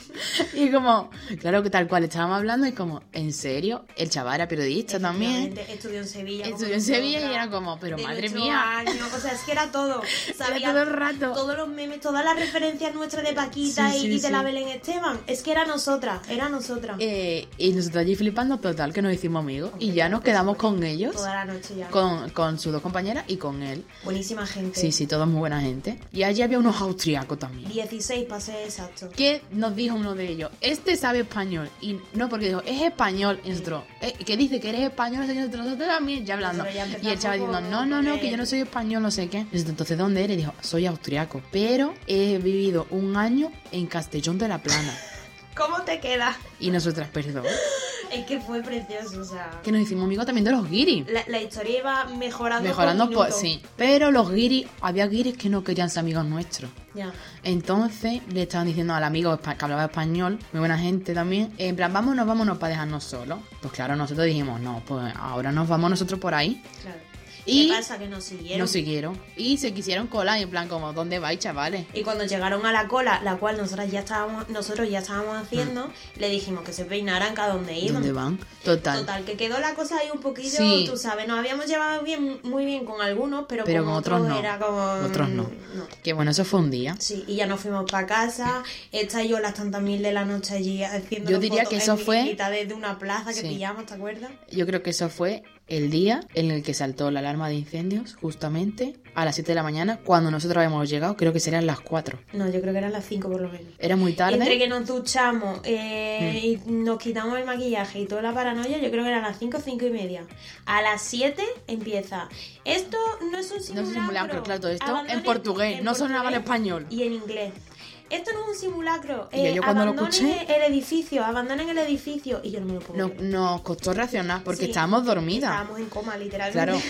A: Y como, claro que tal cual estábamos hablando, y como, ¿en serio? El chaval era periodista también.
B: Efectivamente, Estudió en Sevilla. como
A: Estudió en Sevilla y
B: nosotras.
A: era como, pero
B: De
A: madre
B: nuestro
A: mía.
B: año, O sea, es que era todo. Sabía
A: todo el rato.
B: Todos los memes, todas las referencias nuestras de Paquita
A: Sí,
B: y,
A: sí,
B: y de
A: sí.
B: la Belén Esteban. Es que era nosotras, era nosotras.
A: Eh, y nosotros allí flipando, total, que nos hicimos amigos. Y ya nos quedamos con ellos,
B: pues, Toda la noche ya.
A: con, con sus dos compañeras y con él.
B: Buenísima gente.
A: Sí, sí, todos muy buena gente. Y allí había unos austriacos también.
B: 16 pases exacto.
A: Que nos dijo uno de ellos, este sabe español. Y no, porque dijo, es español. Y nosotros, "Eh, que dice que eres español, y nosotros, nosotros también ya hablando.
B: Nosotros ya
A: y el
B: empezamos
A: chaval diciendo,
B: con-
A: no, no, no, que yo no soy español, no sé qué. Y nosotros, entonces, ¿dónde eres? Y dijo, soy austriaco. Pero he vivido un año en Castellón de la Plana.
B: ¿Cómo te queda?
A: y nosotras, perdón.
B: Es que fue precioso, o sea.
A: Que nos hicimos amigos también de los guiris.
B: La, la historia iba mejorando.
A: Mejorando,
B: por
A: pues
B: minuto.
A: sí. Pero los guiris, había guiris que no querían ser amigos nuestros.
B: Ya.
A: Entonces le estaban diciendo al amigo espa- que hablaba español, muy buena gente también, en plan, vámonos, vámonos para dejarnos solos. Pues claro, nosotros dijimos, no, pues ahora nos vamos nosotros por ahí.
B: Claro.
A: Y-
B: ¿Qué pasa? Que nos siguieron.
A: Nos siguieron. Y se quisieron colar, en plan, como, ¿dónde vais, chavales?
B: Y cuando llegaron a la cola, la cual nosotras ya estábamos, nosotros ya estábamos haciendo, le dijimos que se peinaran cada donde
A: Mm.
B: iban.
A: ¿Dónde van? Total.
B: Total, que quedó la cosa ahí un poquillo,
A: Sí.
B: tú sabes, nos habíamos llevado bien, muy bien con algunos, pero,
A: Pero con otros no.
B: era como...
A: Otros no.
B: no.
A: Que bueno, eso fue un día.
B: Sí, y ya nos fuimos para casa. Esta y yo a las tantas mil de la noche allí haciendo
A: Yo diría que eso fue-
B: de una plaza que
A: Sí.
B: pillamos, ¿te acuerdas?
A: Yo creo que eso fue el día en el que saltó la alarma de incendios, justamente a las 7 de la mañana, cuando nosotros habíamos llegado, creo que serían las 4.
B: No, yo creo que eran las 5 por lo menos.
A: Era muy tarde. Mm.
B: Entre que nos duchamos eh, y nos quitamos el maquillaje y toda la paranoia, yo creo que eran las 5, 5 y media. A las 7 empieza. Esto no es un
A: No
B: simulacro.
A: es un simulacro, claro, todo esto
B: Abandonen-
A: en portugués, no sonaba en español.
B: Y en inglés. Esto no es un simulacro.
A: Y ya
B: eh,
A: yo cuando lo
B: abandonen
A: escuché-
B: el edificio, abandonen el edificio. Y yo no me lo puedo
A: No-
B: creer.
A: nos costó reaccionar porque
B: Sí,
A: estábamos dormidas.
B: Estábamos en coma, literalmente.
A: Claro.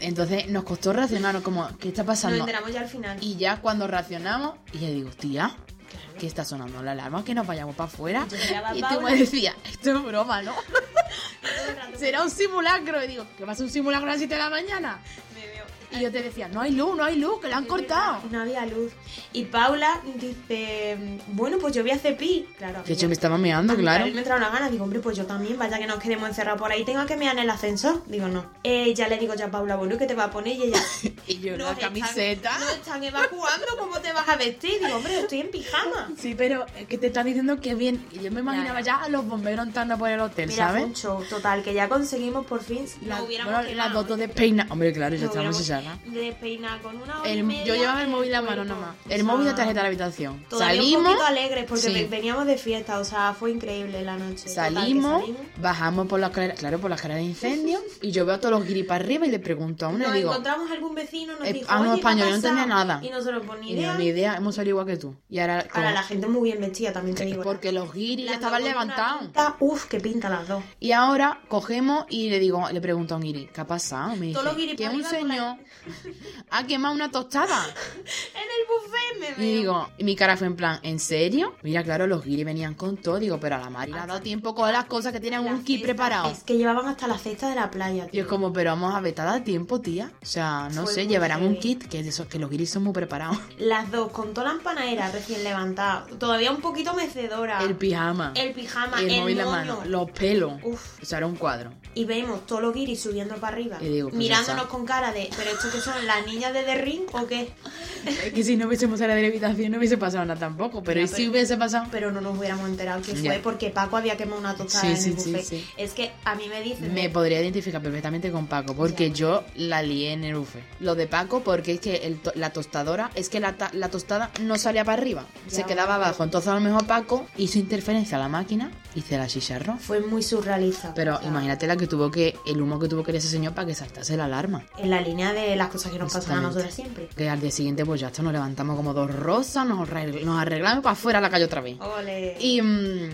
A: Entonces nos costó reaccionar, como, ¿qué está
B: Nos
A: pasando?
B: enteramos ya al final.
A: Y ya cuando reaccionamos, y yo digo, tía,
B: Claro.
A: que está sonando la alarma, que nos vayamos para afuera.
B: Yo miraba a
A: Y tú
B: Paula.
A: me decías, esto es broma, ¿no?
B: Todo el rato
A: Será un simulacro. Y digo, ¿qué pasa un simulacro a las 7 de la mañana?
B: me veo.
A: Y yo te decía, no hay luz, no hay luz, que la han cortado.
B: No había luz. Y Paula dice, bueno, pues yo voy a cepí. Claro.
A: De
B: a mí-
A: hecho, me estaba
B: a
A: meando,
B: mí
A: claro.
B: también me entraron las ganas, digo, hombre, pues yo también, vaya que nos quedemos encerrados por ahí, tengo que mear en el ascensor. Digo, no. Eh, ya le digo yo a Paula, bueno, ¿qué te va a poner? Y ella,
A: Y yo,
B: "Nos
A: la camiseta.
B: Están, nos están evacuando, ¿cómo te vas a vestir? Digo, hombre, estoy en pijama.
A: Sí, pero es que te están diciendo que bien. Y yo me imaginaba ya a los bomberos entrando por el hotel,
B: Mira, fue
A: ¿sabes?
B: un show total, que ya conseguimos por fin.
A: La-
B: no hubiéramos
A: bueno, las
B: quemado,
A: dos dos despeinadas. Hombre, claro, ya
B: Nos
A: estamos
B: hubiéramos
A: Susana.
B: despeinado con una hora y
A: El-
B: media
A: yo llevaba el móvil a mano
B: cuerpo.
A: nomás.
B: O
A: El móvil y
B: sea,
A: la tarjeta de la habitación.
B: Todavía un
A: Salimos,
B: poquito alegres porque
A: Sí.
B: ve- veníamos de fiesta, o sea, fue increíble la noche. Total, que
A: salimos, bajamos por la escalera, claro, por la escalera de incendio. y yo veo a todos los guiris para arriba y le pregunto a uno
B: Nos
A: y digo,
B: encontramos algún vecino, nos
A: eh,
B: dijo,
A: hablo
B: "Oye, ¿qué
A: español,
B: ha
A: yo no entendía
B: pasado?".
A: nada.
B: Y nosotros, pues ni
A: y digo,
B: idea.
A: ni idea, hemos salido igual que tú. Y ahora, como-
B: Ahora la gente muy bien vestida, también te digo. ¿eh?
A: porque los guiris ya estaban levantados.
B: Uf, que pinta las dos.
A: Y ahora cogemos y le digo, le pregunto a un guiri, ¿qué ha pasado? Me
B: Todos los
A: dice,
B: guiris
A: que
B: para
A: un
B: arriba con la-
A: señor ha quemado una tostada.
B: en el buffet me
A: Y
B: veo.
A: digo, y mi cara fue en plan, ¿en serio? Mira, claro, los guiris venían con todo. Digo, pero a la Mari le ha dado tiempo con las cosas que tienen
B: La
A: un kit
B: cesta.
A: preparado.
B: Es que llevaban hasta la cesta de la playa,
A: Y
B: tío.
A: es como, pero vamos a ver, ¿te ha dado tiempo, tía? O sea, no
B: Fue
A: sé,
B: muy
A: llevarán un
B: heavy.
A: kit, que es de esos que los guiris son muy preparados.
B: Las dos, con toda la empanadera recién levantada, todavía un poquito mecedora.
A: El pijama.
B: El pijama, el,
A: móvil en la
B: moño.
A: mano, los pelos.
B: Uf.
A: O sea, era un cuadro.
B: Y vemos todos los guiris subiendo para arriba,
A: Y digo, pues ya
B: mirándonos
A: está.
B: con cara de, ¿pero esto que son? ¿Las niñas de The Ring o qué?
A: Es que si no hubiésemos salido de la habitación no hubiese pasado nada tampoco, pero
B: Ya,
A: ¿y si
B: pero-
A: hubiese pasado?
B: Pero no nos hubiéramos enterado que fue
A: Ya.
B: porque Paco había quemado una tostada
A: Sí,
B: en
A: sí,
B: el
A: sí,
B: buffet.
A: sí.
B: Es que a mí me dicen...
A: Me podría identificar perfectamente con Paco, porque
B: Ya.
A: yo la lié en el buffet. Lo de Paco, porque es que el to- la tostadora, es que la, ta- la tostada no salía para arriba,
B: Ya,
A: se quedaba
B: bueno.
A: abajo. Entonces a lo mejor Paco hizo interferencia a la máquina y se la chicharró.
B: Fue muy surrealista.
A: Pero
B: O sea,
A: imagínate la que tuvo que, el humo que tuvo que ir ese señor para que saltase la alarma.
B: En la línea de las cosas que nos pasan a
A: Exactamente.
B: nosotras siempre.
A: Que al día siguiente, pues ya esto nos levantamos como dos rosas, nos arregl- nos arreglamos para afuera a la calle otra vez.
B: Ole.
A: Y, mm,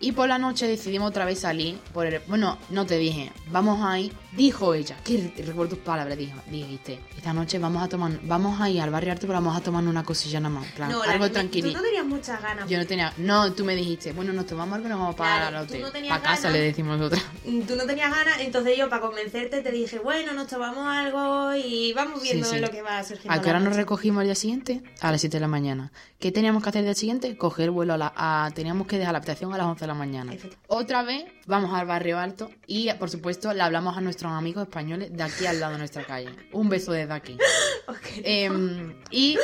A: y por la noche decidimos otra vez salir por el... Bueno, no te dije, vamos a ir, dijo ella, que re- recuerdo tus palabras, dijo, dijiste, esta noche vamos a tomar, vamos a ir al barrio arte, pero vamos a tomar una cosilla nada más, en plan,
B: No, la
A: algo
B: niña-
A: tranquilo.
B: Tú no tenías muchas ganas.
A: Yo no tenía, no, tú me dijiste, bueno, nos tomamos algo y nos vamos para
B: Claro,
A: el
B: tú
A: hotel,
B: no tenías
A: para casa
B: ganas.
A: le decimos otra.
B: mm, Tú no tenías ganas, entonces yo para convencerte te dije, bueno, nos tomamos algo y vamos
A: Sí,
B: viendo
A: sí.
B: lo que va surgiendo.
A: ¿A qué hora
B: la
A: nos
B: noche.
A: recogimos al día siguiente? A las 7 de la mañana. ¿Qué teníamos que hacer el día siguiente? Coger vuelo a la... a- teníamos que dejar la habitación a las 11 de la mañana.
B: Efecti-
A: Otra vez vamos al barrio alto y, por supuesto, le hablamos a nuestros amigos españoles de aquí al lado de nuestra calle. Un beso desde aquí.
B: Ok.
A: Em, y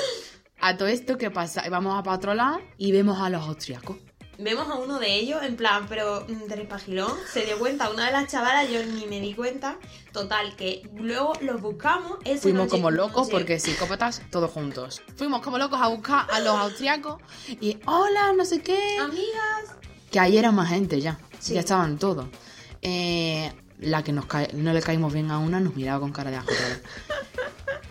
A: a todo esto que pasa, vamos a patrolar y vemos a los austriacos.
B: Vemos a uno de ellos, en plan, pero mm, de repagilón, se dio cuenta, una de las chavalas, yo ni me di cuenta. Total, que luego los buscamos. esa
A: Fuimos
B: noche-
A: como locos
B: sí.
A: porque psicópatas todos juntos. Fuimos como locos a buscar a los austriacos y hola, no sé qué.
B: Amigas.
A: Que ahí era más gente ya.
B: Sí.
A: Ya estaban todos. Eh, la que nos ca- no le caímos bien a una nos miraba con cara de asco. otra vez.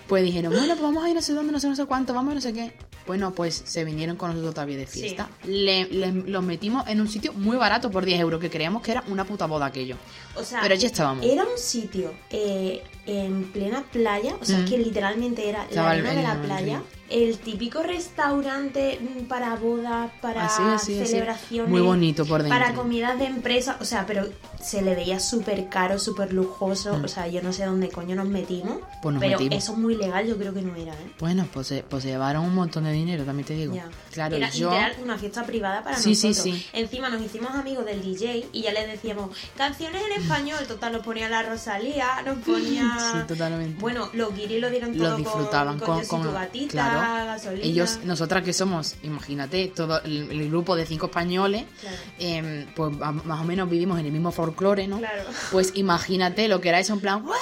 A: Pues dijeron, bueno, pues vamos a ir no sé dónde, no sé, no sé cuánto, vamos a no sé qué. Bueno, pues se vinieron con nosotros todavía de
B: Sí.
A: fiesta. Le- le- los metimos en un sitio muy barato por 10 euros, que creíamos que era una puta boda aquello.
B: O sea,
A: Pero ya estábamos.
B: Era un sitio eh, en plena playa, o sea,
A: Mm.
B: que literalmente era
A: Estaba
B: la
A: el-
B: arena de
A: el-
B: la
A: el
B: playa,
A: río.
B: el típico restaurante mm, para bodas, para
A: Así, así, así.
B: celebraciones,
A: Muy bonito por dentro.
B: para comidas de empresa, o sea, pero se le veía súper caro, súper lujoso, o sea, yo no sé dónde coño nos metimos,
A: Mm. Pues nos
B: pero
A: metimos.
B: eso muy legal yo creo que no era, ¿eh?
A: Bueno, pues, se- pues se llevaron un montón de dinero, también te digo.
B: Ya.
A: Claro,
B: era
A: yo...
B: literal una fiesta privada para
A: Sí, sí,
B: nosotros.
A: sí.
B: Encima nos hicimos amigos del DJ y ya les decíamos canciones en español. Total, nos ponía la Rosalía, nos ponía.
A: Sí, totalmente.
B: Bueno, los guiris lo dieron todo
A: los disfrutaban
B: con,
A: con,
B: con, Yo soy tu
A: con-
B: gatita,
A: claro.
B: gasolina.
A: ellos nosotras que somos imagínate todo el, el grupo de cinco españoles
B: Claro.
A: em, pues va- más o menos vivimos en el mismo folclore no
B: Claro.
A: pues imagínate lo que era eso en plan ¡guau!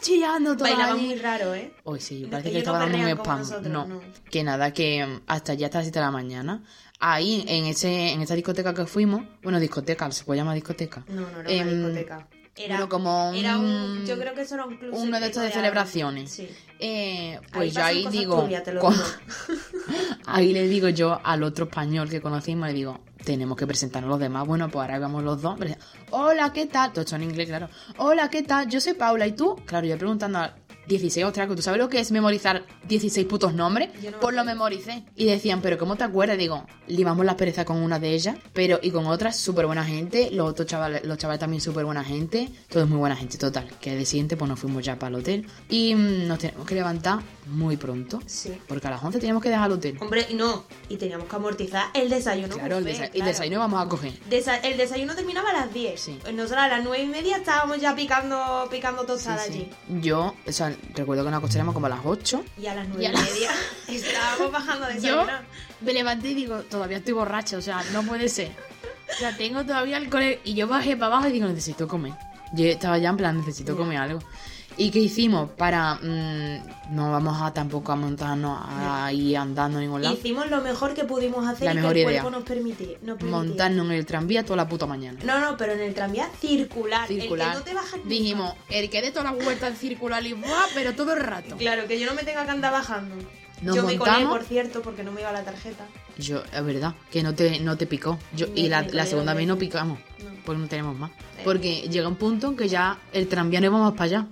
A: chillando todo
B: Bailaban
A: allí.
B: muy raro, ¿eh?
A: Hoy sí,
B: No,
A: parece que
B: ellos no
A: estaban en un
B: perrean como
A: spam.
B: nosotros,
A: no.
B: no.
A: que nada, que mm, hasta ya hasta las 7 de la mañana. Ahí, en ese en esa discoteca que fuimos, bueno, discoteca, se puede llamar discoteca.
B: No, no, no era
A: Em,
B: una discoteca. Era,
A: bueno, como
B: era un.
A: un-
B: Yo creo que eso era un club.
A: uno de estos
B: secreto
A: de celebraciones.
B: Sí.
A: Eh, pues yo
B: pasan
A: ahí
B: cosas
A: digo,
B: turbias, te lo
A: con-
B: digo.
A: ahí le digo yo al otro español que conocimos, le digo, tenemos que presentarnos los demás. Bueno, pues ahora vamos los dos. Pre- Hola, ¿qué tal? Todo esto en inglés, claro. Hola, ¿qué tal? Yo soy Paula y tú. Claro, yo preguntando a 16 austriacos, ¿tú sabes lo que es memorizar 16 putos nombres?
B: Yo no
A: pues lo
B: me
A: memoricé. Y decían, ¿pero cómo te acuerdas? Digo, limamos la pereza con una de ellas, pero y con otras, súper buena gente. Los otros chavales, los chavales también súper buena gente. Todo es muy buena gente, total. Que de siguiente, pues nos fuimos ya para el hotel. Y mm, nos tenemos que levantar muy pronto.
B: Sí.
A: Porque a las 11 teníamos que dejar el hotel.
B: Hombre, y no. Y teníamos que amortizar el desayuno.
A: Claro, el,
B: buffet,
A: desa- el
B: claro.
A: desayuno vamos a coger.
B: Desa- el desayuno terminaba a las 10.
A: Sí.
B: Nosotros a las 9 y media estábamos ya picando, picando tostada
A: Sí, sí.
B: allí.
A: Yo, o sea, recuerdo que nos acostábamos como a las 8.
B: Y a las
A: Y
B: 9 y,
A: a las-
B: media estábamos bajando a
A: Yo
B: desayunar.
A: me levanté y digo, todavía estoy borracha, o sea, no puede ser. O sea, tengo todavía alcohol. en- Y yo bajé para abajo y digo, necesito comer. Yo estaba ya en plan, necesito comer algo. ¿Y qué hicimos? Para. mm, no vamos a tampoco a montarnos ahí andando a ningún lado.
B: Hicimos lo mejor que pudimos hacer
A: La
B: y
A: mejor
B: que el
A: idea.
B: cuerpo nos permitía. Nos permitía.
A: Montarnos en el tranvía toda la puta mañana.
B: No, no, pero en el tranvía circular.
A: Circular.
B: El que no te bajas nunca.
A: Dijimos, el que dé todas las vueltas en circular Lisboa, pero todo el rato.
B: Claro, que yo no me tenga que andar bajando.
A: Nos
B: yo me colé,
A: montamos.
B: por cierto, porque no me iba la tarjeta.
A: Yo, es verdad, que no te, no te picó. Yo,
B: Me-
A: y la,
B: me
A: la
B: dolieron
A: segunda vez
B: los
A: no
B: dientes.
A: picamos,
B: No.
A: porque no tenemos más.
B: Eh.
A: Porque llega un punto en que ya el tranvía no íbamos para allá.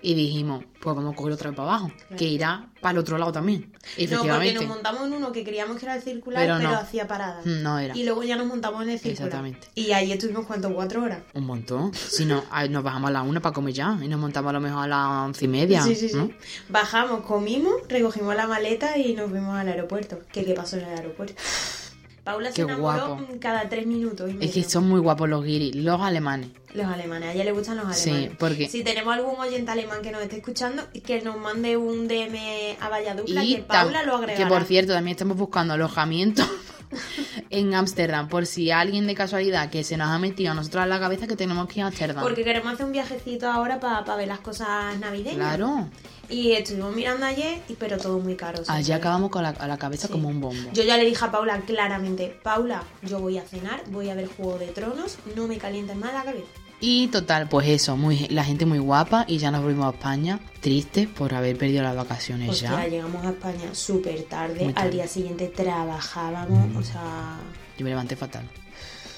A: Y dijimos, pues vamos a coger otra para abajo, que irá para el otro lado también.
B: No,
A: Efectivamente.
B: porque nos montamos en uno que creíamos que era el circular,
A: Pero
B: pero,
A: no. Mm,
B: hacía parada.
A: No era.
B: Y luego ya nos montamos en el circular.
A: Exactamente.
B: Y ahí estuvimos, ¿cuánto? ¿Cuatro horas?
A: Un montón. Si no, a- nos bajamos a la una para comer ya. Y nos montamos a lo mejor a las once y media.
B: Sí, sí, sí.
A: ¿no?
B: Bajamos, comimos, recogimos la maleta y nos fuimos al aeropuerto. ¿Qué, qué pasó en el aeropuerto? Paula
A: Qué
B: se enamoró
A: guapo.
B: mm, cada tres minutos. y
A: Es
B: medio.
A: que son muy guapos los guiris, los alemanes.
B: Los alemanes, a ella le gustan los
A: Sí,
B: alemanes.
A: porque-
B: Si tenemos algún oyente alemán que nos esté escuchando, que nos mande un DM a Valladupla, que
A: tam-
B: Paula lo agregará.
A: que por cierto, también estamos buscando alojamiento en Ámsterdam. Por si alguien de casualidad que se nos ha metido a nosotros en la cabeza que tenemos que ir a Ámsterdam.
B: Porque queremos hacer un viajecito ahora para ver las cosas navideñas.
A: Claro.
B: Y estuvimos mirando ayer, y- pero todo muy caro. Pues sí.
A: Allí acabamos con la, a la cabeza
B: Sí.
A: como un bombo.
B: Yo ya le dije a Paula claramente, Paula, yo voy a cenar, voy a ver Juego de Tronos, no me calientes más la cabeza.
A: Y total, pues eso, muy, la gente muy guapa y ya nos volvimos a España, tristes por haber perdido las vacaciones
B: Hostia,
A: ya.
B: llegamos a España súper tarde,
A: Muy tarde. Mm.
B: al día siguiente trabajábamos, o sea,
A: Yo me levanté fatal,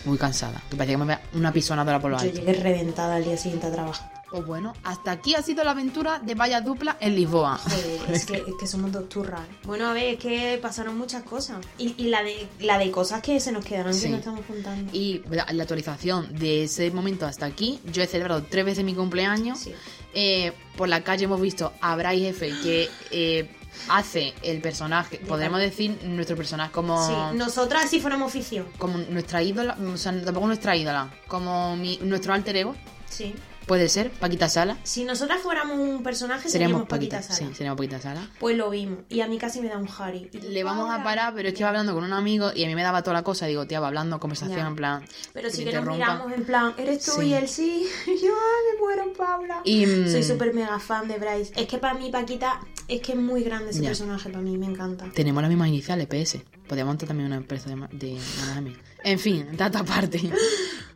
A: muy cansada. Me parecía que me había una pisonadora por los
B: yo
A: altos.
B: llegué reventada al día siguiente a trabajar.
A: Pues bueno, hasta aquí ha sido la aventura de Vaya Dupla en Lisboa.
B: Joder, es, que, es que somos dos turras. Bueno, a ver, es que pasaron muchas cosas. Y, y la, de, la de cosas que se nos quedaron
A: Sí.
B: que no estamos contando.
A: Y la, la actualización de ese momento hasta aquí, yo he celebrado tres veces mi cumpleaños.
B: Sí.
A: Eh, por la calle hemos visto a Bryce Jefe que eh, hace el personaje, podremos decir nuestro personaje como...
B: Sí, nosotras si fuéramos oficio.
A: como nuestra ídola, o sea, tampoco nuestra ídola, como mi- nuestro alter ego,
B: Sí.
A: puede ser Paquita Sala.
B: Si nosotras fuéramos un personaje,
A: Seríamos
B: seríamos,
A: Paquita,
B: Paquita Sara.
A: sí, seríamos Paquita Sala.
B: Pues lo vimos. Y a mí casi me da un Harry. Y-
A: Le vamos a parar, pero es que va hablando con un amigo y a mí me daba toda la cosa. Digo, tía, va hablando, conversación,
B: Ya.
A: en plan.
B: Pero sí
A: te
B: que nos
A: interrumpa.
B: miramos en plan, eres tú
A: Sí.
B: y él sí. Y yo, ay, me muero, Paula.
A: Y, mm,
B: Soy súper mega fan de Bryce. Es que para mí, Paquita, es que es muy grande ese
A: Ya.
B: personaje para mí, me encanta.
A: Tenemos las mismas iniciales, PS. Podríamos montar también una empresa de, ma- de Miami. En fin, data aparte.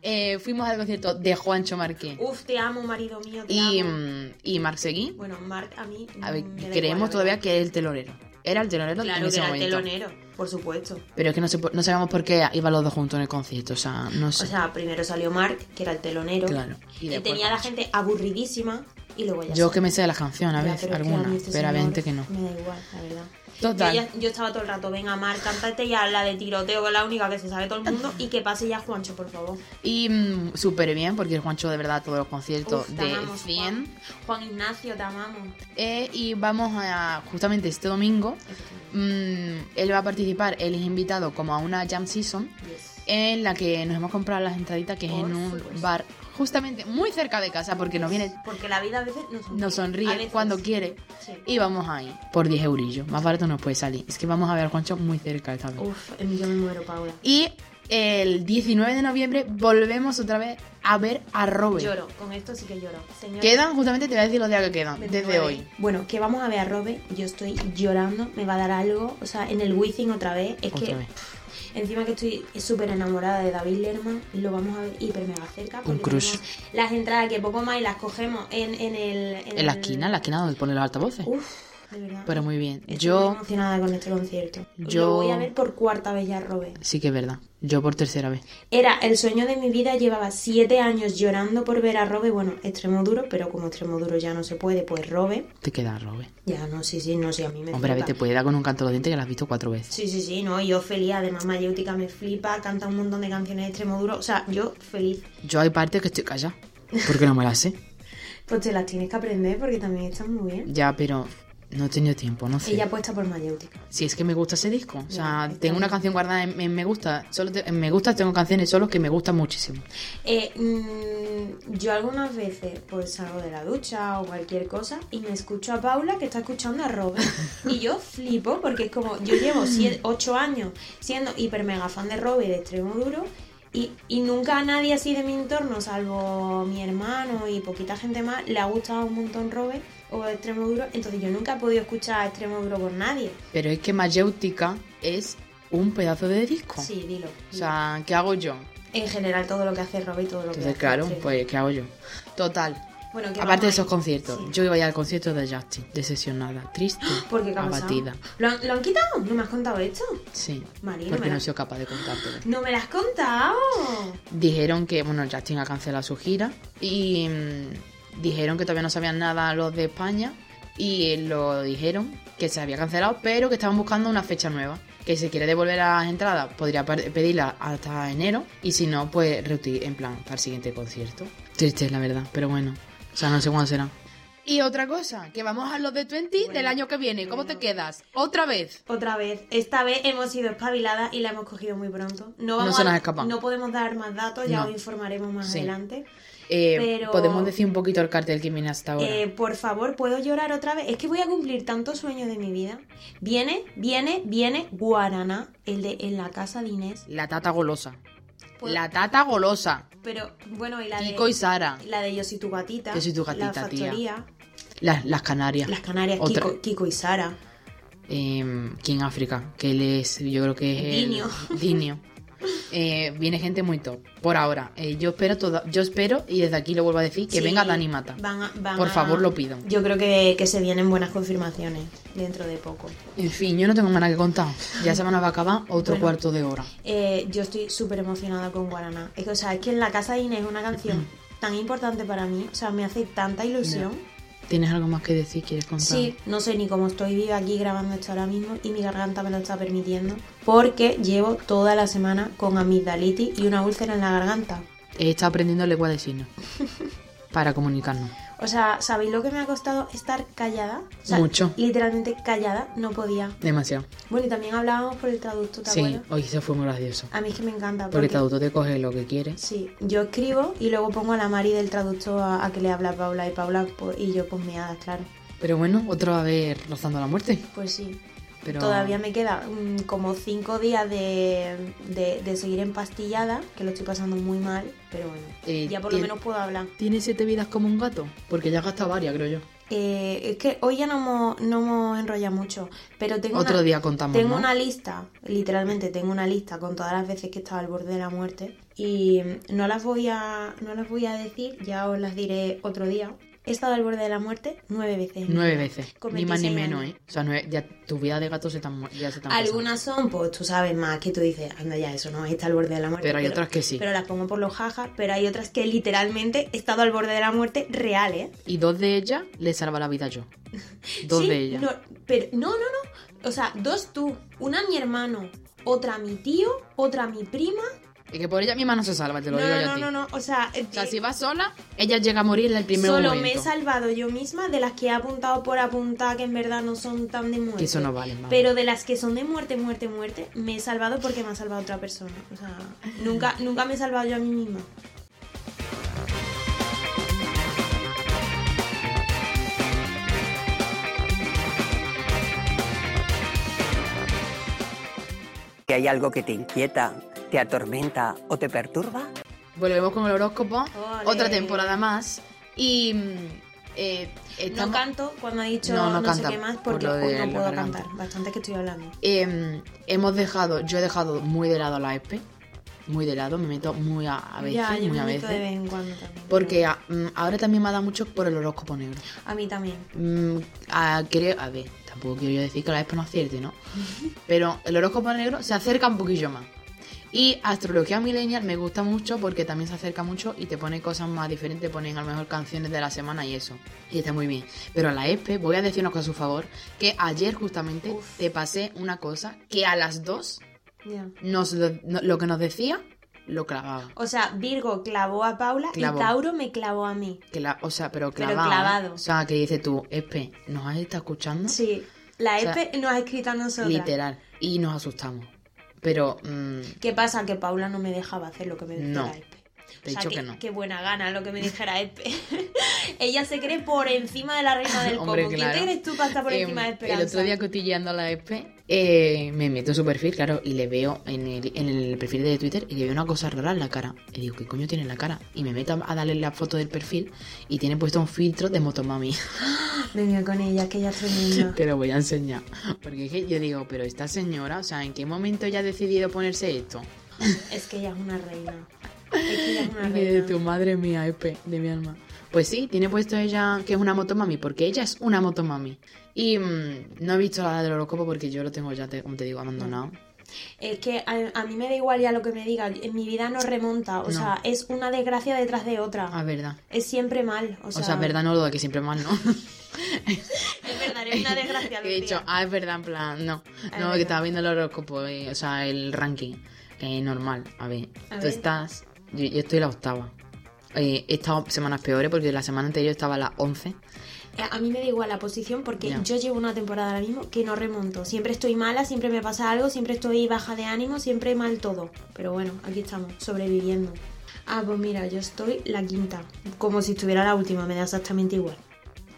A: Eh, fuimos al concierto de Juancho Marqués
B: Uf, te amo, marido mío, te
A: y,
B: amo.
A: mm, y Marc Seguí.
B: Bueno, Mark a mí.
A: A ver,
B: mm, me da
A: creemos
B: igual,
A: todavía
B: la
A: que es el telonero. Era el telonero
B: verdad.
A: en
B: Claro
A: ese
B: que era el
A: momento.
B: telonero, por supuesto.
A: Pero es que no, sé, por- no sabemos por qué iban los dos juntos en el concierto, o sea, no sé.
B: O sea, primero salió Mark, que era el telonero.
A: Claro. Y
B: Y,
A: después
B: tenía a la
A: Juancho.
B: gente aburridísima. Y luego ya
A: yo
B: salió.
A: que me sé de las canciones, a
B: Ya,
A: veces,
B: pero es que a
A: algunas,
B: mí este
A: pero a
B: señor
A: gente que no.
B: Me da igual, la verdad.
A: Total.
B: Yo, ya- yo estaba todo el rato, venga, Mar, cántate ya la de tiroteo, que es la única que se sabe todo el mundo, y que pase ya Juancho, por favor.
A: Y mm, súper bien, porque el Juancho de verdad todos los conciertos
B: Uf, te
A: de
B: amamos,
A: 100.
B: Juan. Juan Ignacio, te amamos.
A: Eh, y vamos a, justamente este domingo, mm, él va a participar, él es invitado como a una jam season,
B: Yes.
A: en la que nos hemos comprado las entraditas, que es
B: Por
A: en un
B: supuesto.
A: bar justamente muy cerca de casa, porque nos viene,
B: Porque la vida a veces nos sonríe.
A: nos
B: A
A: sonríe
B: veces.
A: cuando quiere.
B: Sí.
A: Y vamos ahí, por 10 eurillos. Más barato nos puede salir. Es que vamos a ver al Juancho muy cerca esta vez.
B: Uf, yo me muero, Paula.
A: Y el 19 de noviembre volvemos otra vez a ver a Robert.
B: Lloro, con esto sí que lloro. Señor,
A: Quedan, justamente te voy a decir los días que quedan,
B: 29.
A: desde hoy.
B: Bueno, que vamos a ver a Robe. Yo estoy llorando, me va a dar algo. O sea, en el Wizzing otra vez. Es
A: Otra
B: que
A: vez.
B: encima que estoy súper enamorada de David Lerman, lo vamos a ver hiper mega cerca. porque
A: crush.
B: tenemos Las entradas que poco más y las cogemos en, en el.
A: En la esquina, en la esquina donde ponen los altavoces.
B: Uf, de verdad.
A: Pero muy bien.
B: Estoy muy
A: Yo,
B: emocionada con este concierto.
A: Yo-
B: Lo voy a ver por cuarta vez ya, Robe.
A: sí que es verdad. Yo por tercera vez.
B: Era el sueño de mi vida, llevaba siete años llorando por ver a Robe. Bueno, extremo duro, pero como extremo duro ya no se puede, pues Robe.
A: Te queda Robert.
B: Ya, no, sí, sí, no, sí, a mí me
A: Hombre, a ver,
B: flipa.
A: te puede dar con un canto de los dientes que lo has visto cuatro veces.
B: Sí, sí, sí, no, yo feliz, además Mayéutica me flipa, canta un montón de canciones de extremo duro, o sea, yo feliz.
A: Yo hay partes que estoy callada. Porque no me las sé.
B: Pues te las tienes que aprender porque también están muy bien.
A: Ya, pero no he tenido tiempo, no sé.
B: Ella apuesta por Mayéutica.
A: Si es que me gusta ese disco. O sea,
B: Ya,
A: tengo una
B: está.
A: canción guardada en, en Me Gusta. Solo te- en Me Gusta tengo canciones solo que me gustan muchísimo.
B: Eh, mm, yo algunas veces pues salgo de la ducha o cualquier cosa y me escucho a Paula que está escuchando a Robert. y yo flipo porque es como, yo llevo 8 años siendo hiper mega fan de Robert de extremo duro y, y nunca a nadie así de mi entorno, salvo mi hermano y poquita gente más, le ha gustado un montón Robert o extremo duro. Entonces yo nunca he podido escuchar a extremo duro con nadie.
A: Pero es que Mayéutica es un pedazo de disco.
B: Sí, dilo.
A: O sea, ¿qué hago yo?
B: en general todo lo que hace Robert y todo lo que
A: Entonces,
B: hace
A: claro,
B: Extremo.
A: pues ¿qué hago yo? Total.
B: Bueno, que vamos
A: Aparte de
B: ahí.
A: esos conciertos,
B: Sí.
A: yo iba a ir al concierto de Justin, decepcionada, triste,
B: Porque qué ha pasado?
A: abatida.
B: ¿Lo han, lo han quitado? ¿No me has contado esto?
A: Sí,
B: Marina,
A: porque
B: me
A: no
B: la-
A: he sido capaz de contártelo.
B: ¡No me lo has contado!
A: Dijeron que, bueno, Justin ha cancelado su gira y mm, dijeron que todavía no sabían nada los de España y lo dijeron que se había cancelado, pero que estaban buscando una fecha nueva. Que si quiere devolver las entradas, podría pedirlas hasta enero y si no, pues reutil en plan para el siguiente concierto. Triste, la verdad, pero bueno. O sea, no sé cuándo será. Y otra cosa, que vamos a los de 20
B: Bueno,
A: del año que viene. ¿Cómo
B: bueno.
A: te quedas? Otra vez.
B: Otra vez, esta vez hemos sido espabiladas y la hemos cogido muy pronto. No, vamos
A: se
B: a-
A: nos escapa.
B: No podemos dar más datos, ya
A: No.
B: os informaremos más
A: Sí.
B: adelante.
A: Eh,
B: Pero-
A: Podemos decir un poquito el cartel que viene hasta ahora.
B: Eh, por favor, ¿puedo llorar otra vez? Es que voy a cumplir tantos sueños de mi vida. Viene, viene, viene Guaraná, el de En la casa de Inés.
A: La tata golosa.
B: Pues-
A: La tata golosa.
B: Pero bueno, y la
A: Kiko
B: de
A: y Sara.
B: la de Yo soy tu gatita.
A: Yo soy tu
B: la
A: gatita, tía.
B: factoría,
A: Las, las Canarias.
B: las Canarias,
A: Otra.
B: Kiko, Kiko y Sara.
A: eh, King África, que él es, yo creo que es el-
B: Dinio.
A: Dinio. Eh, viene gente muy top, por ahora. Eh, yo espero toda, yo espero, y desde aquí lo vuelvo a decir, que
B: Sí,
A: venga Dani Mata.
B: van a- van
A: Por
B: a-
A: favor, lo pido.
B: Yo creo que, que se vienen buenas confirmaciones dentro de poco.
A: En fin, yo no tengo más nada que contar. Ya se van a acabar otro
B: Bueno.
A: cuarto de hora.
B: Eh, yo estoy súper emocionada con Guaraná. Es que, o sea, es que en la casa de Inés es una canción tan importante para mí. O sea, me hace tanta ilusión.
A: ¿Tienes algo más que decir? ¿Quieres contar?
B: Sí, no sé ni cómo estoy viva aquí grabando esto ahora mismo y mi garganta me lo está permitiendo porque llevo toda la semana con amigdalitis y una úlcera en la garganta.
A: He estado aprendiendo lengua de signos para comunicarnos.
B: O sea, ¿sabéis lo que me ha costado estar callada? O sea,
A: Mucho.
B: Literalmente callada, no podía.
A: Demasiado.
B: Bueno, y también hablábamos por el traducto, ¿te
A: Sí,
B: acuerdas?
A: hoy se fue muy gracioso.
B: A mí es que me encanta.
A: Porque el traductor te coge lo que quieres.
B: Sí, yo escribo y luego pongo a la Mari del traductor a, a que le habla a Paula y Paula pues, y yo pues meadas, claro.
A: Pero bueno, otra vez rozando la muerte.
B: Pues sí,
A: Pero
B: todavía me queda mm, como cinco días de, de- de seguir empastillada, que lo estoy pasando muy mal, pero bueno,
A: Eh,
B: ya por lo
A: tiene-
B: menos puedo hablar.
A: ¿Tiene siete vidas como un gato? Porque ya gasta varias, creo yo.
B: Eh, es que hoy ya no hemos, no hemos enrollado mucho, pero tengo
A: Otro
B: una-
A: día contamos,
B: Tengo
A: ¿no?
B: una lista, literalmente tengo una lista con todas las veces que he estado al borde de la muerte y mm, no las voy a, no las voy a decir, ya os las diré otro día. He estado al borde de la muerte nueve veces.
A: Nueve veces.
B: Con
A: Ni más ni
B: 26
A: menos,
B: años.
A: ¿eh? O sea, nueve- ya tu vida de gato se te han mu- ya se te han
B: Algunas son, pues tú sabes más que tú dices, anda ya, eso no está al borde de la muerte.
A: Pero hay otras que sí.
B: Pero las pongo por los jajas, pero hay otras que literalmente he estado al borde de la muerte real, ¿eh?
A: pasado. Y dos de ellas le salva la vida yo. Dos
B: Sí,
A: de ellas.
B: No, pero, no, no, no. O sea, dos tú, una mi hermano, otra mi tío, otra mi prima.
A: Es que por ella misma no se salva, te lo
B: no,
A: digo
B: no,
A: yo
B: no,
A: a ti.
B: no, no, o sea,
A: O sea,
B: eh,
A: si va sola, ella llega a morir en el primer
B: Solo me he
A: momento.
B: salvado yo misma de las que he apuntado por apuntar, que en verdad no son tan de muerte.
A: Que eso no vale, mamá.
B: Pero de las que son de muerte, muerte, muerte, me he salvado porque me ha salvado otra persona. O sea, nunca, nunca me he salvado yo a mí misma.
C: que hay algo que te inquieta, te atormenta o te perturba?
A: Volvemos con el horóscopo.
B: Ole.
A: Otra temporada más. Y... mm, eh,
B: No
A: estamos-
B: canto cuando ha dicho
A: No,
B: no,
A: no
B: sé
A: canta,
B: qué más
A: por
B: porque
A: lo de
B: hoy
A: la
B: no puedo
A: garganta.
B: cantar. Bastante que estoy hablando.
A: Eh, hemos dejado, yo he dejado muy de lado a la ESPE, muy de lado, me meto muy a, a veces,
B: ya, yo
A: muy
B: me
A: a
B: meto
A: veces.
B: de vez en cuando también.
A: Porque a- mm, ahora también me ha dado mucho por el horóscopo negro.
B: pero A mí también.
A: Mm, a, creo, a ver, tampoco quiero yo decir que la ESPE no acierte, ¿no? Pero el horóscopo negro se acerca un poquillo más. Y astrología millennial me gusta mucho porque también se acerca mucho y te pone cosas más diferentes, ponen a lo mejor canciones de la semana y eso. Y está muy bien. Pero a la ESPE, voy a decir una cosa a su favor, que ayer justamente
B: Uf.
A: te pasé una cosa que a las dos
B: Ya.
A: nos lo, no- lo que nos decía, lo clavaba.
B: O sea, Virgo clavó a Paula
A: Clavó.
B: y Tauro me clavó a mí.
A: Cla- o sea, pero
B: Pero
A: clavado.
B: clavado.
A: O sea, que dices tú, Espe, ¿nos has estado escuchando?
B: Sí. La
A: O sea,
B: Epe nos ha escrito a nosotras.
A: Literal. Y nos asustamos. Pero mm,
B: ¿Qué pasa? Que Paula no me dejaba hacer lo que me dijera
A: No,
B: Epe.
A: te he dicho que no.
B: Qué buena gana lo que me dijera Epe. Ella se cree por encima de la reina del
A: Hombre,
B: combo.
A: claro.
B: ¿Quién te crees tú para estar por
A: Em,
B: encima de Esperanza?
A: El otro día cotilleando a la ESPE, eh, me meto en su perfil, claro, y le veo en el, en el perfil de Twitter y le veo una cosa rara en la cara. Y digo, ¿qué coño tiene en la cara? Y me meto a darle la foto del perfil y tiene puesto un filtro de Motomami.
B: Venga con ella, que ella es tremenda.
A: Te lo voy a enseñar. Porque es que yo digo, pero esta señora, o sea, ¿en qué momento ella ha decidido ponerse esto?
B: es que ella es una reina. Es que ella es una
A: Y de
B: reina.
A: Eh, tu madre mía, Epe, de mi alma. Pues sí, tiene puesto ella que es una motomami, porque ella es una motomami. Y mm, no he visto la del horóscopo porque yo lo tengo ya, te- como te digo, abandonado.
B: Es que a, a mí me da igual ya lo que me digan. En mi vida no remonta. O
A: No.
B: sea, es una desgracia detrás de otra.
A: Ah, verdad.
B: Es siempre mal. O
A: O
B: sea,
A: sea, verdad no lo da que siempre mal, ¿no?
B: Es verdad, es una desgracia.
A: Que he dicho,
B: Lucía.
A: ah, es verdad, en plan, no.
B: Ah, es
A: No,
B: verdad.
A: que estaba viendo el horóscopo, eh, o sea, el ranking. eh, normal, a ver.
B: A
A: tú
B: ver.
A: estás. Yo, yo estoy la octava. Eh, he estado semanas peores porque la semana anterior estaba a las 11.
B: Eh, A mí me da igual la posición porque
A: Ya.
B: yo llevo una temporada ahora mismo que no remonto. Siempre estoy mala, siempre me pasa algo, siempre estoy baja de ánimo, siempre mal todo. Pero bueno, aquí estamos, sobreviviendo. Ah, pues mira, yo estoy la quinta. Como si estuviera la última, me da exactamente igual.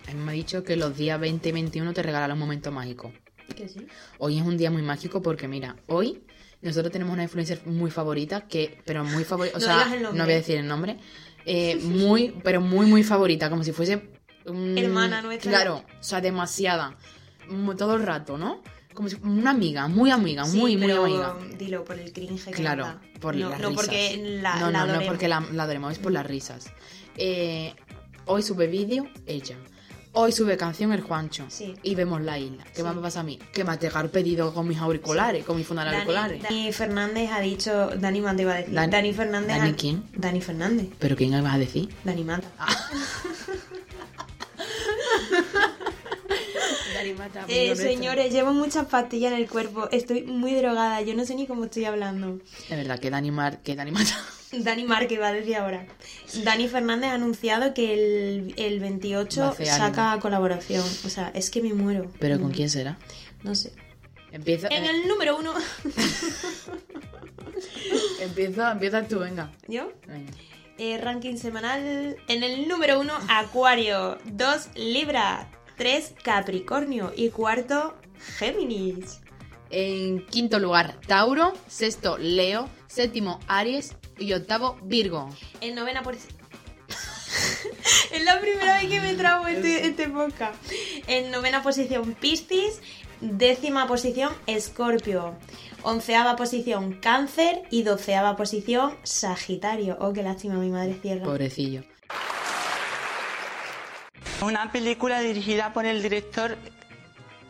A: A mí Me ha dicho que los días 20 y 21 te regalará un momento mágico.
B: ¿Que sí?
A: Hoy es un día muy mágico porque, mira, hoy nosotros tenemos una influencer muy favorita, que, pero muy favorita, o
B: No
A: sea,
B: digas el nombre.
A: no voy a decir el nombre, eh, muy, pero muy, muy favorita, como si fuese... mm,
B: Hermana nuestra.
A: Claro, o sea, demasiada, mm, todo el rato, ¿no? Como si una amiga, muy amiga, Ah, muy, muy amiga.
B: Dilo por el cringe que me
A: Claro,
B: da.
A: por
B: no,
A: las
B: no
A: risas.
B: porque la,
A: no,
B: la
A: no, no,
B: adoremos.
A: porque la, la adoremos, es por las risas. Eh, hoy sube vídeo ella. Hoy sube canción el Juancho.
B: Sí.
A: Y vemos la isla. ¿Qué
B: Sí.
A: más me pasa a mí? Que me ha llegado pedido con mis auriculares, con mis fundas
B: Dani,
A: auriculares.
B: Dani Fernández ha dicho. Dani Mata iba a decir.
A: Dan-
B: Dani Fernández.
A: ¿Dani
B: ha-
A: quién?
B: Dani Fernández.
A: ¿Pero quién me vas a decir?
B: Dani Mata. Eh, señores, llevo muchas pastillas en el cuerpo. Estoy muy drogada. Yo no sé ni cómo estoy hablando.
A: De verdad, que Dani, Mar, que Dani Mata.
B: Dani Marque va a decir ahora. Dani Fernández ha anunciado que el, el
A: Va a
B: 28
A: hacer
B: saca colaboración. O sea, es que me muero.
A: ¿Pero con
B: Mm,
A: quién será?
B: No sé.
A: Empieza,
B: En
A: eh,
B: el número uno.
A: eh, empieza, empieza tú, venga.
B: ¿Yo?
A: Venga.
B: Eh, ranking semanal. En el número uno, Acuario. Dos, Libra. Tres, Capricornio. Y cuarto, Géminis.
A: En quinto lugar, Tauro. Sexto, Leo. Séptimo, Aries. Y octavo, Virgo.
B: En novena por... es la primera vez que me trago este, este podcast. En novena posición Piscis, décima posición Escorpio, onceava posición Cáncer y doceava posición Sagitario. Oh, qué lástima, mi madre cierra.
A: Pobrecillo.
D: Una película dirigida por el director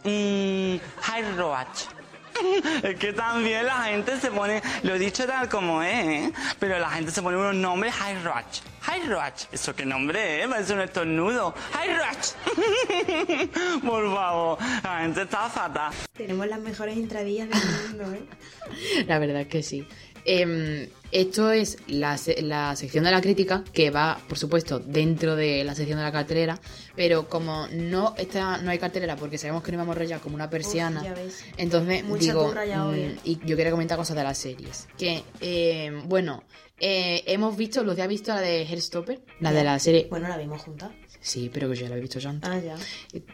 D: mm, High Roach. Es que también la gente se pone, lo he dicho tal como es, ¿eh? pero la gente se pone unos nombres High Roach. High Roach, eso qué nombre es, parece un estornudo. High Roach. Por favor, la gente está fatal.
B: Tenemos las mejores entradillas del mundo, ¿eh?
A: La verdad que sí. Em, esto es la, se- la sección de la crítica que va, por supuesto, dentro de la sección de la cartelera, pero como no está, no hay cartelera porque sabemos que no íbamos a rayar como una persiana,
B: Uf, ya ves.
A: entonces
B: Mucha
A: digo,
B: turra ya hoy,
A: mm,
B: eh.
A: y yo quería comentar cosas de las series. Que, em, bueno, eh, hemos visto, los de ha visto la de Heartstopper, la de la serie,
B: Bueno, la vimos juntas.
A: sí, pero que yo ya la he visto ya antes.
B: Ah, ya.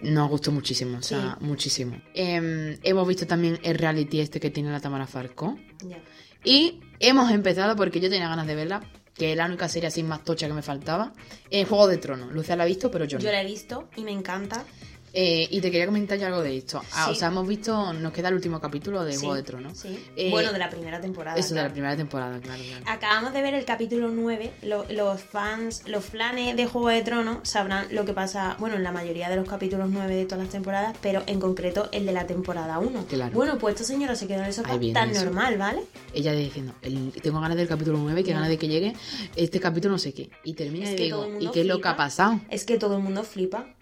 A: Nos gustó muchísimo, o sea, muchísimo. Em, hemos visto también el reality este que tiene la Tamara Farco.
B: Ya.
A: Y hemos empezado porque yo tenía ganas de verla, que es la única serie así más tocha que me faltaba. Eh, Juego de Tronos. Lucía la ha visto, pero yo no.
B: Yo la he visto y me encanta.
A: Eh, y te quería comentar yo algo de esto. Ah,
B: Sí.
A: O sea, hemos visto, nos queda el último capítulo de
B: Sí,
A: Juego de Tronos.
B: Sí.
A: Eh,
B: bueno, de la primera temporada.
A: Eso de la
B: claro.
A: primera temporada, claro. claro.
B: Acabamos de ver el capítulo 9. Lo- los fans, los flanes de Juego de Tronos sabrán lo que pasa, bueno, en la mayoría de los capítulos 9 de todas las temporadas, pero en concreto el de la temporada 1.
A: Claro.
B: Bueno, pues esta señora se quedó en el sofá
A: Ahí viene
B: tan
A: eso.
B: normal, ¿vale?
A: Ella diciendo, el- tengo ganas del capítulo 9, que
B: Ya.
A: ganas de que llegue este capítulo no sé qué. Y termina
B: Es
A: y
B: que
A: digo,
B: todo el
A: ¿y
B: mundo
A: qué es lo que
B: flipa.
A: ha pasado?
B: Es que todo el mundo flipa.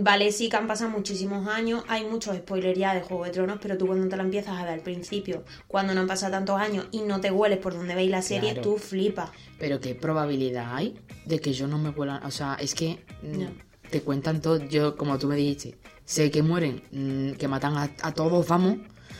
B: Vale, sí que han pasado muchísimos años, hay muchos spoilers ya de Juego de Tronos, pero tú cuando te la empiezas a ver al principio, cuando no han pasado tantos años y no te hueles por donde veis la serie,
A: Claro.
B: tú flipas.
A: Pero qué probabilidad hay de que yo no me vuelan. O sea, es que mm,
B: No.
A: te cuentan todo. Yo, como tú me dijiste, sé que mueren, mm, que matan a, a todos, vamos.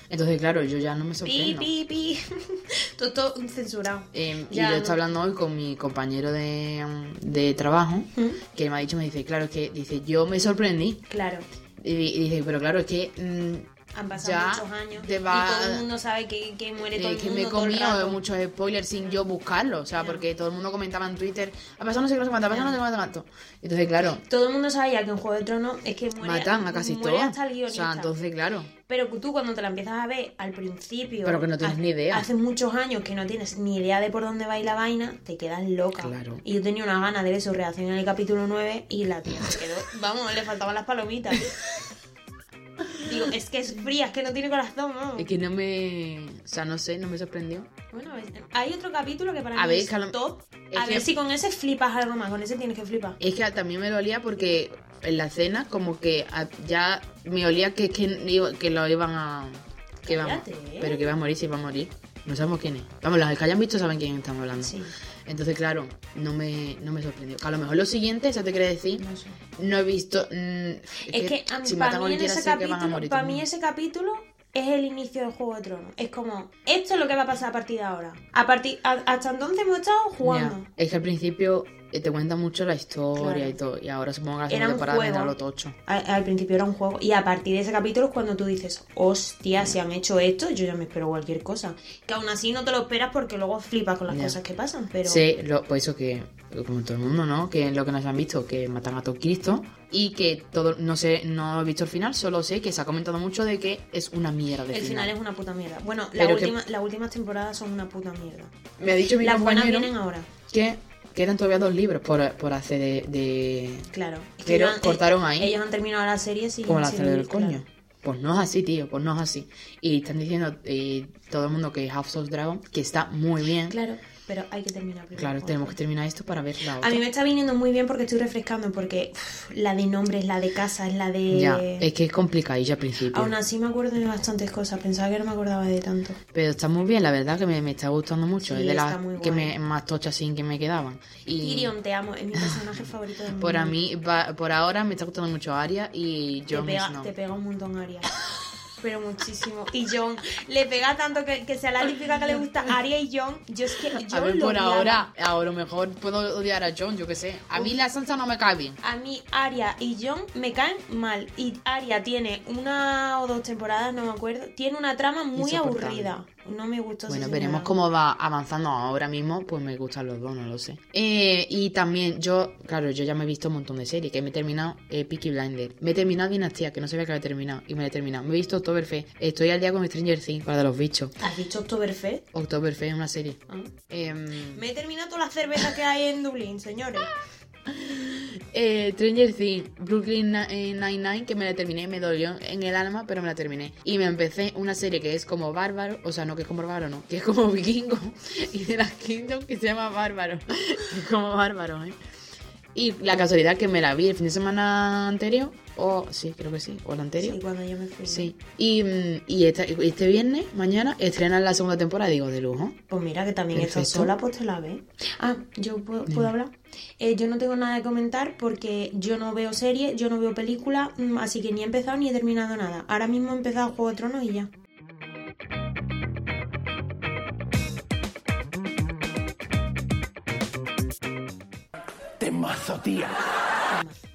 A: Entonces, claro, yo ya no me
B: Pi,
A: sorprendo.
B: pi, pi. todo, todo censurado.
A: Eh, y
B: Ya,
A: yo
B: no.
A: estoy hablando hoy con mi compañero de, mm, de trabajo,
B: ¿Mm?
A: que me ha dicho, me dice, claro, es que dice, yo me sorprendí.
B: Claro.
A: Y, y dice, pero claro, es que mm,
B: Han pasado
A: Ya
B: muchos años
A: te
B: y
A: va-
B: todo el mundo sabe que, que muere todo
A: Es
B: el
A: eh, que me
B: mundo
A: he
B: todo el
A: comido
B: rato.
A: muchos spoilers sin yo buscarlo, o sea, porque todo el mundo comentaba en Twitter, ha pasado no sé qué, no sé cuánto, ha pasado no sé cuánto, cuánto. Entonces, claro,
B: Todo el mundo sabe ya que en Juego de Tronos es que muere,
A: matan a casi
B: muere
A: todos.
B: hasta el
A: o
B: guionista.
A: sea, entonces, claro.
B: Pero tú cuando te la empiezas a ver al principio...
A: Pero que no tienes
B: hace-
A: ni idea.
B: Hace muchos años que no tienes ni idea de por dónde va y la vaina, te quedas loca.
A: Claro.
B: Y yo tenía una gana de ver su reacción en el capítulo 9 y la tía se quedó... Vamos, le faltaban las palomitas. Digo, es que es fría, es que no tiene corazón, ¿no?
A: Es que no me. O sea, no sé, no me sorprendió.
B: Bueno, a ver, hay otro capítulo que para
A: A
B: mí
A: ver,
B: es
A: que a lo-
B: top.
A: es
B: a
A: que-
B: ver si con ese flipas algo más, con ese tienes que flipar.
A: Es que también me lo olía porque en la cena, como que a- ya me olía que, que, iba- que lo iban a. Que iba a-
B: Cállate, ¿eh?
A: pero que iba a morir, si iba a morir. No sabemos quién es. Vamos, los que hayan visto saben quién estamos hablando.
B: Sí.
A: Entonces, claro, no me, no me sorprendió. Que a lo mejor lo siguiente, eso te quiere decir,
B: No sé.
A: no he visto. mm, es,
B: Es que a mí,
A: si matan
B: para
A: a
B: mí, en
A: cualquiera, sé
B: ese
A: que van a
B: capítulo,
A: morir
B: para
A: todo el
B: mí
A: mundo.
B: ese capítulo es el inicio del Juego de Tronos. Es como, esto es lo que va a pasar a partir de ahora. A partir, a- hasta entonces hemos estado jugando.
A: Ya, Es que al principio eh, te cuenta mucho la historia
B: Claro.
A: y todo. Y ahora supongo que la
B: Era
A: segunda
B: un
A: temporada
B: juego.
A: vendrá lo tocho.
B: Al, al principio era un juego. Y a partir de ese capítulo es cuando tú dices, hostia, si han hecho esto, yo ya me espero cualquier cosa. Que aún así no te lo esperas porque luego flipas con las
A: Ya.
B: cosas que pasan. Pero
A: Sí, lo- por eso que, como todo el mundo, ¿no? Que lo que nos han visto, que matan a todo Cristo. Y que todo, no sé, no he visto el final, solo sé que se ha comentado mucho de que es una mierda.
B: el final es una puta mierda. Bueno, la
A: Pero que-
B: última, las últimas temporadas son una puta mierda.
A: Me ha dicho mi
B: Las buenas
A: compañero
B: vienen ahora.
A: que quedan todavía dos libros por, por hacer de. de-
B: Claro. Es que
A: Pero
B: ellos han-
A: cortaron ahí.
B: Ellos han terminado la serie sin
A: como la
B: sin-
A: serie del
B: claro.
A: coño. Pues no es así, tío, pues no es así. Y están diciendo eh, todo el mundo que House of Dragon, que está muy bien. Claro,
B: Claro, pero hay que terminar primero.
A: tenemos que terminar esto para ver la otra.
B: A mí me está viniendo muy bien porque estoy refrescando, porque uf, la de nombres, la de casa, es la de...
A: Ya, es que es complicadilla al principio.
B: Aún así me acuerdo de bastantes cosas, pensaba que no me acordaba de tanto.
A: Pero está muy bien, la verdad que me, me está gustando mucho.
B: Sí,
A: es de
B: está
A: las
B: muy
A: que
B: guay.
A: me, más tochas sin que me quedaban. Y
B: Tyrion, te amo, es mi personaje favorito del mundo.
A: por a mí, va- por ahora me está gustando mucho Aria y
B: Te
A: Jon
B: pega,
A: Snow.
B: te pega un montón Aria. Pero muchísimo. Y John, le pega tanto que, que sea la típica que le gusta Aria y John. Yo es que
A: a
B: Jon
A: ver,
B: lo
A: por
B: odiaba.
A: ahora, a lo mejor puedo odiar a Jon, yo qué sé. A mí la salsa no me cae bien.
B: A mí Aria y John me caen mal. Y Aria tiene una o dos temporadas, no me acuerdo. Tiene una trama muy
A: Insoportable.
B: aburrida. No me gustó. esa
A: Bueno,
B: señora.
A: veremos cómo va avanzando ahora mismo, pues me gustan los dos, no lo sé. Eh, y también yo, claro, yo ya me he visto un montón de series, que me he terminado eh, Peaky Blinder, me he terminado Dinastía, que no sabía que había terminado, y me la he terminado. Me he visto Oktoberfest, estoy al día con Stranger Things, la de los bichos.
B: ¿Has dicho Oktoberfest?
A: Oktoberfest es una serie.
B: Ah.
A: Em,
B: Me he terminado todas las cervezas que hay en Dublín, señores.
A: eh, Stranger Things, Brooklyn Na- eh, Nine-Nine, que me la terminé, me dolió en el alma, pero me la terminé. Y me empecé una serie que es como Bárbaro, o sea, no que es como Bárbaro, no, que es como Vikingo, y de las Kingdom que se llama Bárbaro. Que es como Bárbaro, ¿eh? Y la casualidad que me la vi el fin de semana anterior, o sí, creo que sí, o el anterior.
B: Sí, cuando yo me fui.
A: Sí. Y, mm, y esta- y este viernes, mañana, estrenan la segunda temporada, digo, de lujo.
B: Pues mira, que también estás
A: Perfecto.
B: sola, pues te la ves. Ah, ¿yo puedo, puedo hablar? Eh, yo no tengo nada que comentar porque yo no veo series, yo no veo películas, mm, así que ni he empezado ni he terminado nada. Ahora mismo he empezado Juego de Tronos y ya.
E: Temazo, tía.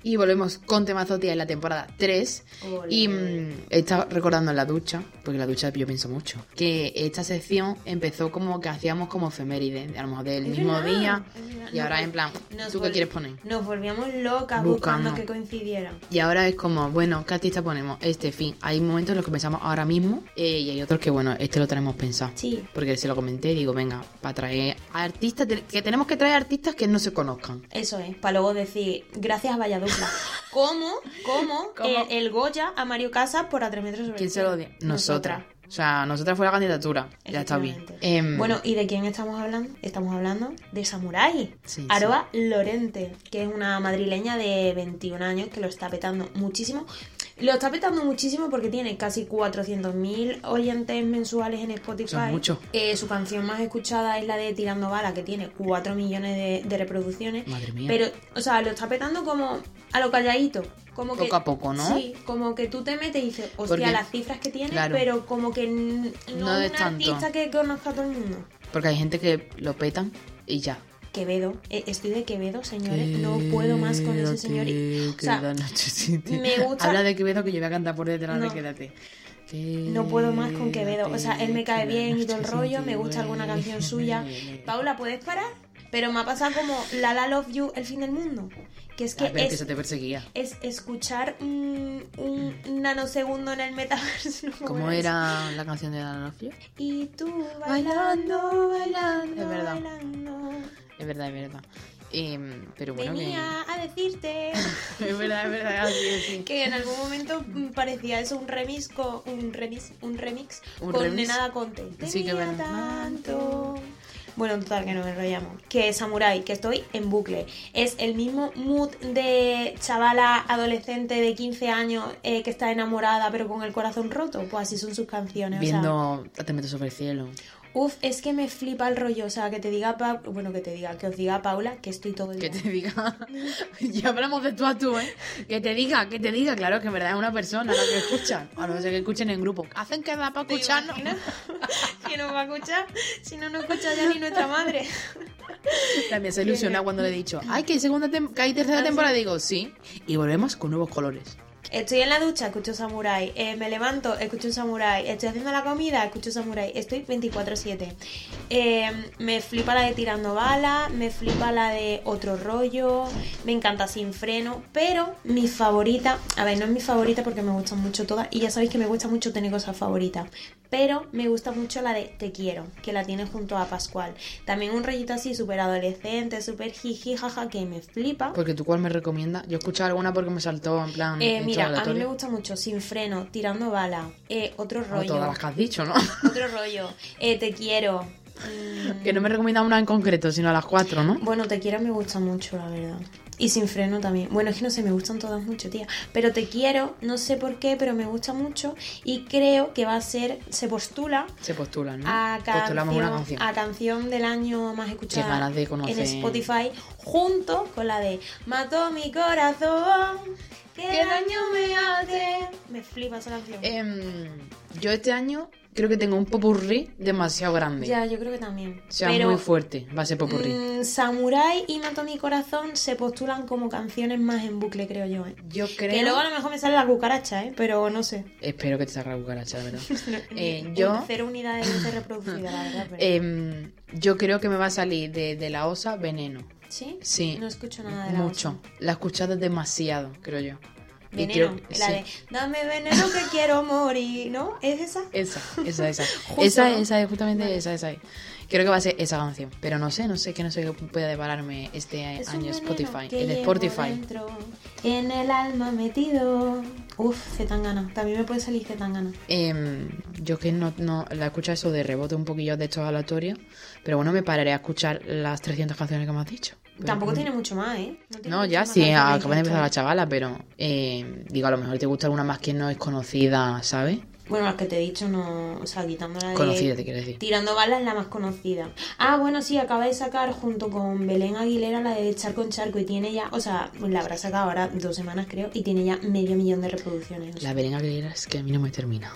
A: Y volvemos con Temazo Tía en la temporada 3.
B: Ole.
A: Y mm, estaba recordando en la ducha, porque en la ducha yo pienso mucho, que esta sección empezó como que hacíamos como efemérides, a lo mejor del
B: Es
A: mismo
B: verdad,
A: día.
B: es verdad.
A: Y ahora
B: Nos
A: en plan,
B: vol- nos
A: ¿tú qué
B: vol-
A: quieres poner?
B: Nos volvíamos locas buscando,
A: Buscando.
B: que coincidieran.
A: Y ahora es como, bueno, ¿qué artista ponemos? Este, fin. Hay momentos en los que pensamos ahora mismo eh, y hay otros que, bueno, este lo tenemos pensado.
B: Sí.
A: Porque se lo comenté y digo, venga, para traer artistas, te- que tenemos que traer artistas que no se conozcan.
B: Eso es, para luego decir, gracias a Valladupla. ¿Cómo, cómo, Eh,
A: ¿Cómo?
B: El, el Goya a Mario Casas por a tres metros sobre
A: ¿Quién
B: el
A: se lo
B: cielo?
A: odia? Nosotras. O sea, nosotras fue la candidatura. Ya está bien.
B: Efectivamente.
A: Em,
B: bueno, ¿y de quién estamos hablando? Estamos hablando de Samurai.
A: Sí,
B: Aroa Lorente, que es una madrileña de 21 años que lo está petando muchísimo. Lo está petando muchísimo porque tiene casi 400.000 oyentes mensuales en Spotify.
A: Son muchos.
B: Eh, su canción más escuchada es la de Tirando Bala, que tiene 4 millones de, de reproducciones.
A: Madre mía.
B: Pero, o sea, lo está petando como a lo calladito. Como que,
A: Poco a poco, ¿no?
B: Sí, como que tú te metes y dices, hostia,
A: Porque-
B: las cifras que tiene,
A: claro.
B: pero como que n- no,
A: No
B: es
A: es
B: un
A: tanto.
B: artista que conozca a todo el mundo.
A: Porque hay gente que lo petan y ya.
B: Quevedo, eh, estoy de Quevedo, señores, no puedo más con ese señor. y-
A: Quédate,
B: o sea,
A: quédate, nochecita.
B: me gusta-
A: Habla de Quevedo que yo voy a cantar por detrás
B: No.
A: de Quédate.
B: no puedo más con Quevedo. O sea, él me cae
A: Quédate,
B: bien y todo el rollo, me gusta
A: nochecita,
B: alguna canción suya.
A: duele.
B: Paula, ¿puedes parar? Pero me ha pasado como La La Love You, el fin del mundo. Que es
A: Ah,
B: que
A: pero que
B: es,
A: se te perseguía.
B: es escuchar un, un nanosegundo en el metaverso. no me
A: ¿Cómo
B: acuerdo.
A: era la canción de la Lofio?
B: Y tú
A: Bailando,
B: bailando, bailando,
A: Es verdad.
B: bailando.
A: Es verdad, es verdad. Eh, pero bueno,
B: Venía a decirte
A: que... es verdad, es verdad, así es, sí.
B: que en algún momento mm, parecía eso un remix con un remix, un remix
A: Un
B: con
A: remix.
B: Nenada Conte.
A: Sí, que
B: Tenía
A: bueno.
B: tanto. Bueno, total, que no me enrollamos. Que Samurai, que estoy en bucle. Es el mismo mood de chavala adolescente de 15 años eh, que está enamorada pero con el corazón roto. Pues así son sus canciones. o sea.
A: Viendo Te meto sobre el cielo.
B: Uf, es que me flipa el rollo, o sea, que te diga Pa- bueno, que te diga, que os diga Paula que estoy todo el
A: Que
B: día.
A: te diga. ya hablamos de tú a tú, ¿eh? Que te diga, que te diga. Claro, que en verdad es una persona lo que escuchan. A no ser que escuchen en grupo. Hacen que da para
B: ¿Te
A: escucharnos.
B: imaginas? ¿Quién nos va a escuchar? Si no nos escucha ya ni nuestra madre.
A: También se ilusiona cuando le he dicho, ay, que hay, segunda tem- que hay
B: Ah,
A: tercera temporada. Digo, sí. Y volvemos con nuevos colores.
B: Estoy en la ducha, escucho Samurai. Eh, me levanto, escucho Samurai. Estoy haciendo la comida, escucho Samurai. Estoy 24-7. Eh, me flipa la de Tirando Balas, me flipa la de Otro Rollo, me encanta Sin Freno. Pero mi favorita, a ver, no es mi favorita porque me gustan mucho todas. Y ya sabéis que me gusta mucho tener cosas favoritas. Pero me gusta mucho la de Te Quiero, que la tiene junto a Pascual. También un rollito así súper adolescente, súper jiji, jaja, que me flipa.
A: Porque tú cuál me recomienda. Yo he escuchado alguna porque me saltó en plan.
B: Eh,
A: en
B: mira,
A: todo
B: a mí me
A: aleatorio.
B: gusta mucho Sin Freno, Tirando Bala, eh, Otro
A: Bueno,
B: Rollo,
A: todas las que has dicho, ¿no?
B: Otro Rollo, eh, Te Quiero. mm,
A: que no me recomienda una en concreto, sino a las cuatro, ¿no?
B: Bueno, Te Quiero me gusta mucho, la verdad. Y Sin Freno también. Bueno, es que no sé, me gustan todas mucho, tía. Pero Te Quiero, no sé por qué, pero me gusta mucho y creo que va a ser, se postula
A: Se postulan, ¿no?
B: a
A: Mm, Postulamos
B: canción,
A: una canción.
B: a canción del año más escuchada
A: Qué ganas de conocer.
B: en Spotify junto con la de Mató mi corazón, qué,
A: Qué
B: daño me hace. Me flipa esa canción.
A: Em, yo este año creo que tengo un popurrí demasiado grande.
B: ya, yo creo que también.
A: O sea,
B: Pero
A: muy fuerte. Va a ser popurrí.
B: mm, Samurai y Mató mi corazón se postulan como canciones más en bucle, creo yo. ¿eh?
A: Yo
B: Que luego
A: creo.
B: a lo mejor me sale la cucaracha, ¿eh? pero no sé.
A: Espero que te salga cucaracha, la verdad. Eh,
B: Un-
A: yo.
B: Cero unidades de reproducida, la verdad. Pero...
A: em, yo creo que me va a salir de, de la osa veneno.
B: ¿Sí?
A: sí,
B: No escucho nada Ah, de la
A: Mucho. La he escuchado demasiado, creo yo. Y
B: Veneno,
A: creo-
B: la
A: sí.
B: de Dame veneno que quiero morir, ¿no? ¿Es esa?
A: Esa, esa, esa.
B: Justo,
A: esa,
B: ¿no?
A: esa, es justamente esa, esa. es. Creo que va a ser esa canción. Pero no sé, no sé, que no sé qué puede depararme este
B: Es un
A: año
B: veneno
A: Spotify.
B: que
A: El
B: llevo
A: Spotify.
B: dentro, en el alma metido. Uf, Zetangana. También me puede salir Zetangana.
A: Em, yo que no, no la he escuchado eso de rebote un poquillo de estos aleatorios. Pero bueno, me pararé a escuchar las 300 canciones que me has dicho. Pero-
B: Tampoco tiene mucho más, ¿eh? tiene
A: No,
B: mucho
A: ya
B: más
A: sí,
B: canciones
A: acaba de empezar la
B: esto.
A: chavala, pero eh, digo, a lo mejor te gusta alguna más que no es conocida, ¿sabes?
B: Bueno, las que te he dicho, no. O sea, quitando la de.
A: Conocida, te quiero decir.
B: Tirando balas es la más conocida. Ah, bueno, sí, acaba de sacar junto con Belén Aguilera la de Charco en Charco y tiene ya, o sea, la habrá sacado ahora dos semanas creo y tiene ya medio millón de reproducciones.
A: La Belén Aguilera es que a mí no me termina.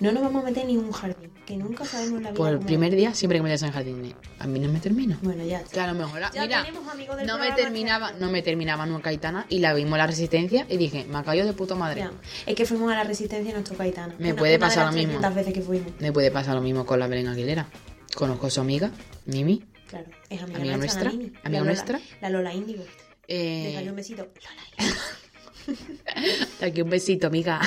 B: No nos vamos a meter en ningún jardín, que nunca sabemos la vida.
A: Por Pues el
B: cómo
A: primer
B: va.
A: día, siempre que me das en jardín, eh, a mí no me termina.
B: Bueno, ya está.
A: Que a lo mejor, ah,
B: Ya
A: mira,
B: tenemos amigos del
A: no me
B: programa
A: terminaba,
B: que-
A: no me terminaba nunca Aitana y la vimos en la resistencia y dije, me ha caído de puta madre.
B: Ya. Es que fuimos a la resistencia y nos tocó Aitana.
A: Me
B: Una-
A: puede
B: una
A: pasar
B: de las
A: lo mismo.
B: 300 veces que fuimos.
A: Me puede pasar lo mismo con la Belén Aguilera. Conozco a su amiga, Mimi.
B: Claro, es amiga,
A: Amiga nuestra,
B: la Mimi.
A: amiga
B: La Lola-
A: nuestra.
B: La Lola Índigo.
A: Eh,
B: Déjale un besito. Lola Índigo.
A: Hasta aquí un besito, amiga.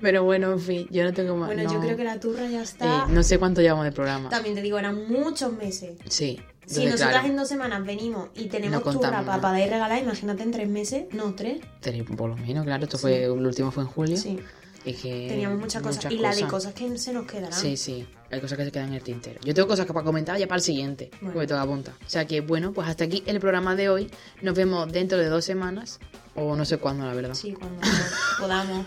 A: Pero bueno, en fin, yo no tengo más.
B: Bueno, yo
A: no.
B: creo que la turra ya está.
A: Eh, no sé cuánto llevamos de programa.
B: También te digo, eran muchos meses.
A: Sí.
B: Si
A: entonces,
B: nosotras
A: claro,
B: en dos semanas venimos y
A: No
B: tenemos
A: contamos
B: turra para
A: nada.
B: poder regalar, imagínate en tres meses, no, tres.
A: tenéis por lo menos, claro, esto fue, el último fue en julio.
B: Sí,
A: Es que
B: teníamos muchas cosas. y la de cosas que se nos quedarán.
A: Eh, Sí, sí. Hay cosas que se quedan en el tintero. Yo tengo cosas que para comentar ya para el siguiente,
B: Bueno.
A: porque toca punta. O sea que, bueno, pues hasta aquí el programa de hoy. Nos vemos dentro de dos semanas, o no sé cuándo, la verdad.
B: Sí, cuando podamos.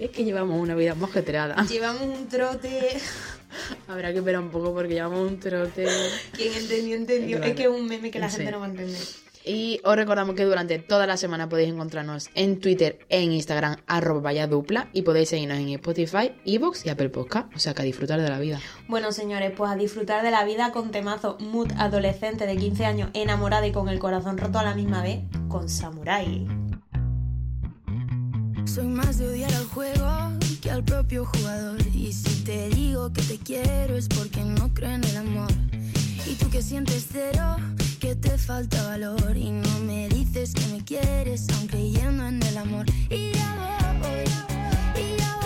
A: Es que llevamos una vida mosqueterada.
B: Llevamos un trote.
A: Habrá que esperar un poco porque llevamos un trote.
B: Quien entendió, entendió.
A: Claro.
B: Es que es un meme que la
A: Sí.
B: gente no va a entender.
A: Y os recordamos que durante toda la semana podéis encontrarnos en Twitter, en Instagram, arroba vaya dupla, y podéis seguirnos en Spotify, Evox y Apple Podcast. O sea que a disfrutar de la vida.
B: Bueno, señores, pues a disfrutar de la vida con temazo mood adolescente de 15 años enamorada y con el corazón roto a la misma vez con Samurai.
E: Soy más de odiar al juego que al propio jugador. Y si te digo que te quiero es porque no creo en el amor. Y tú que sientes cero, que te falta valor. Y no me dices que me quieres, aun creyendo en el amor. Y ya voy, y ya voy.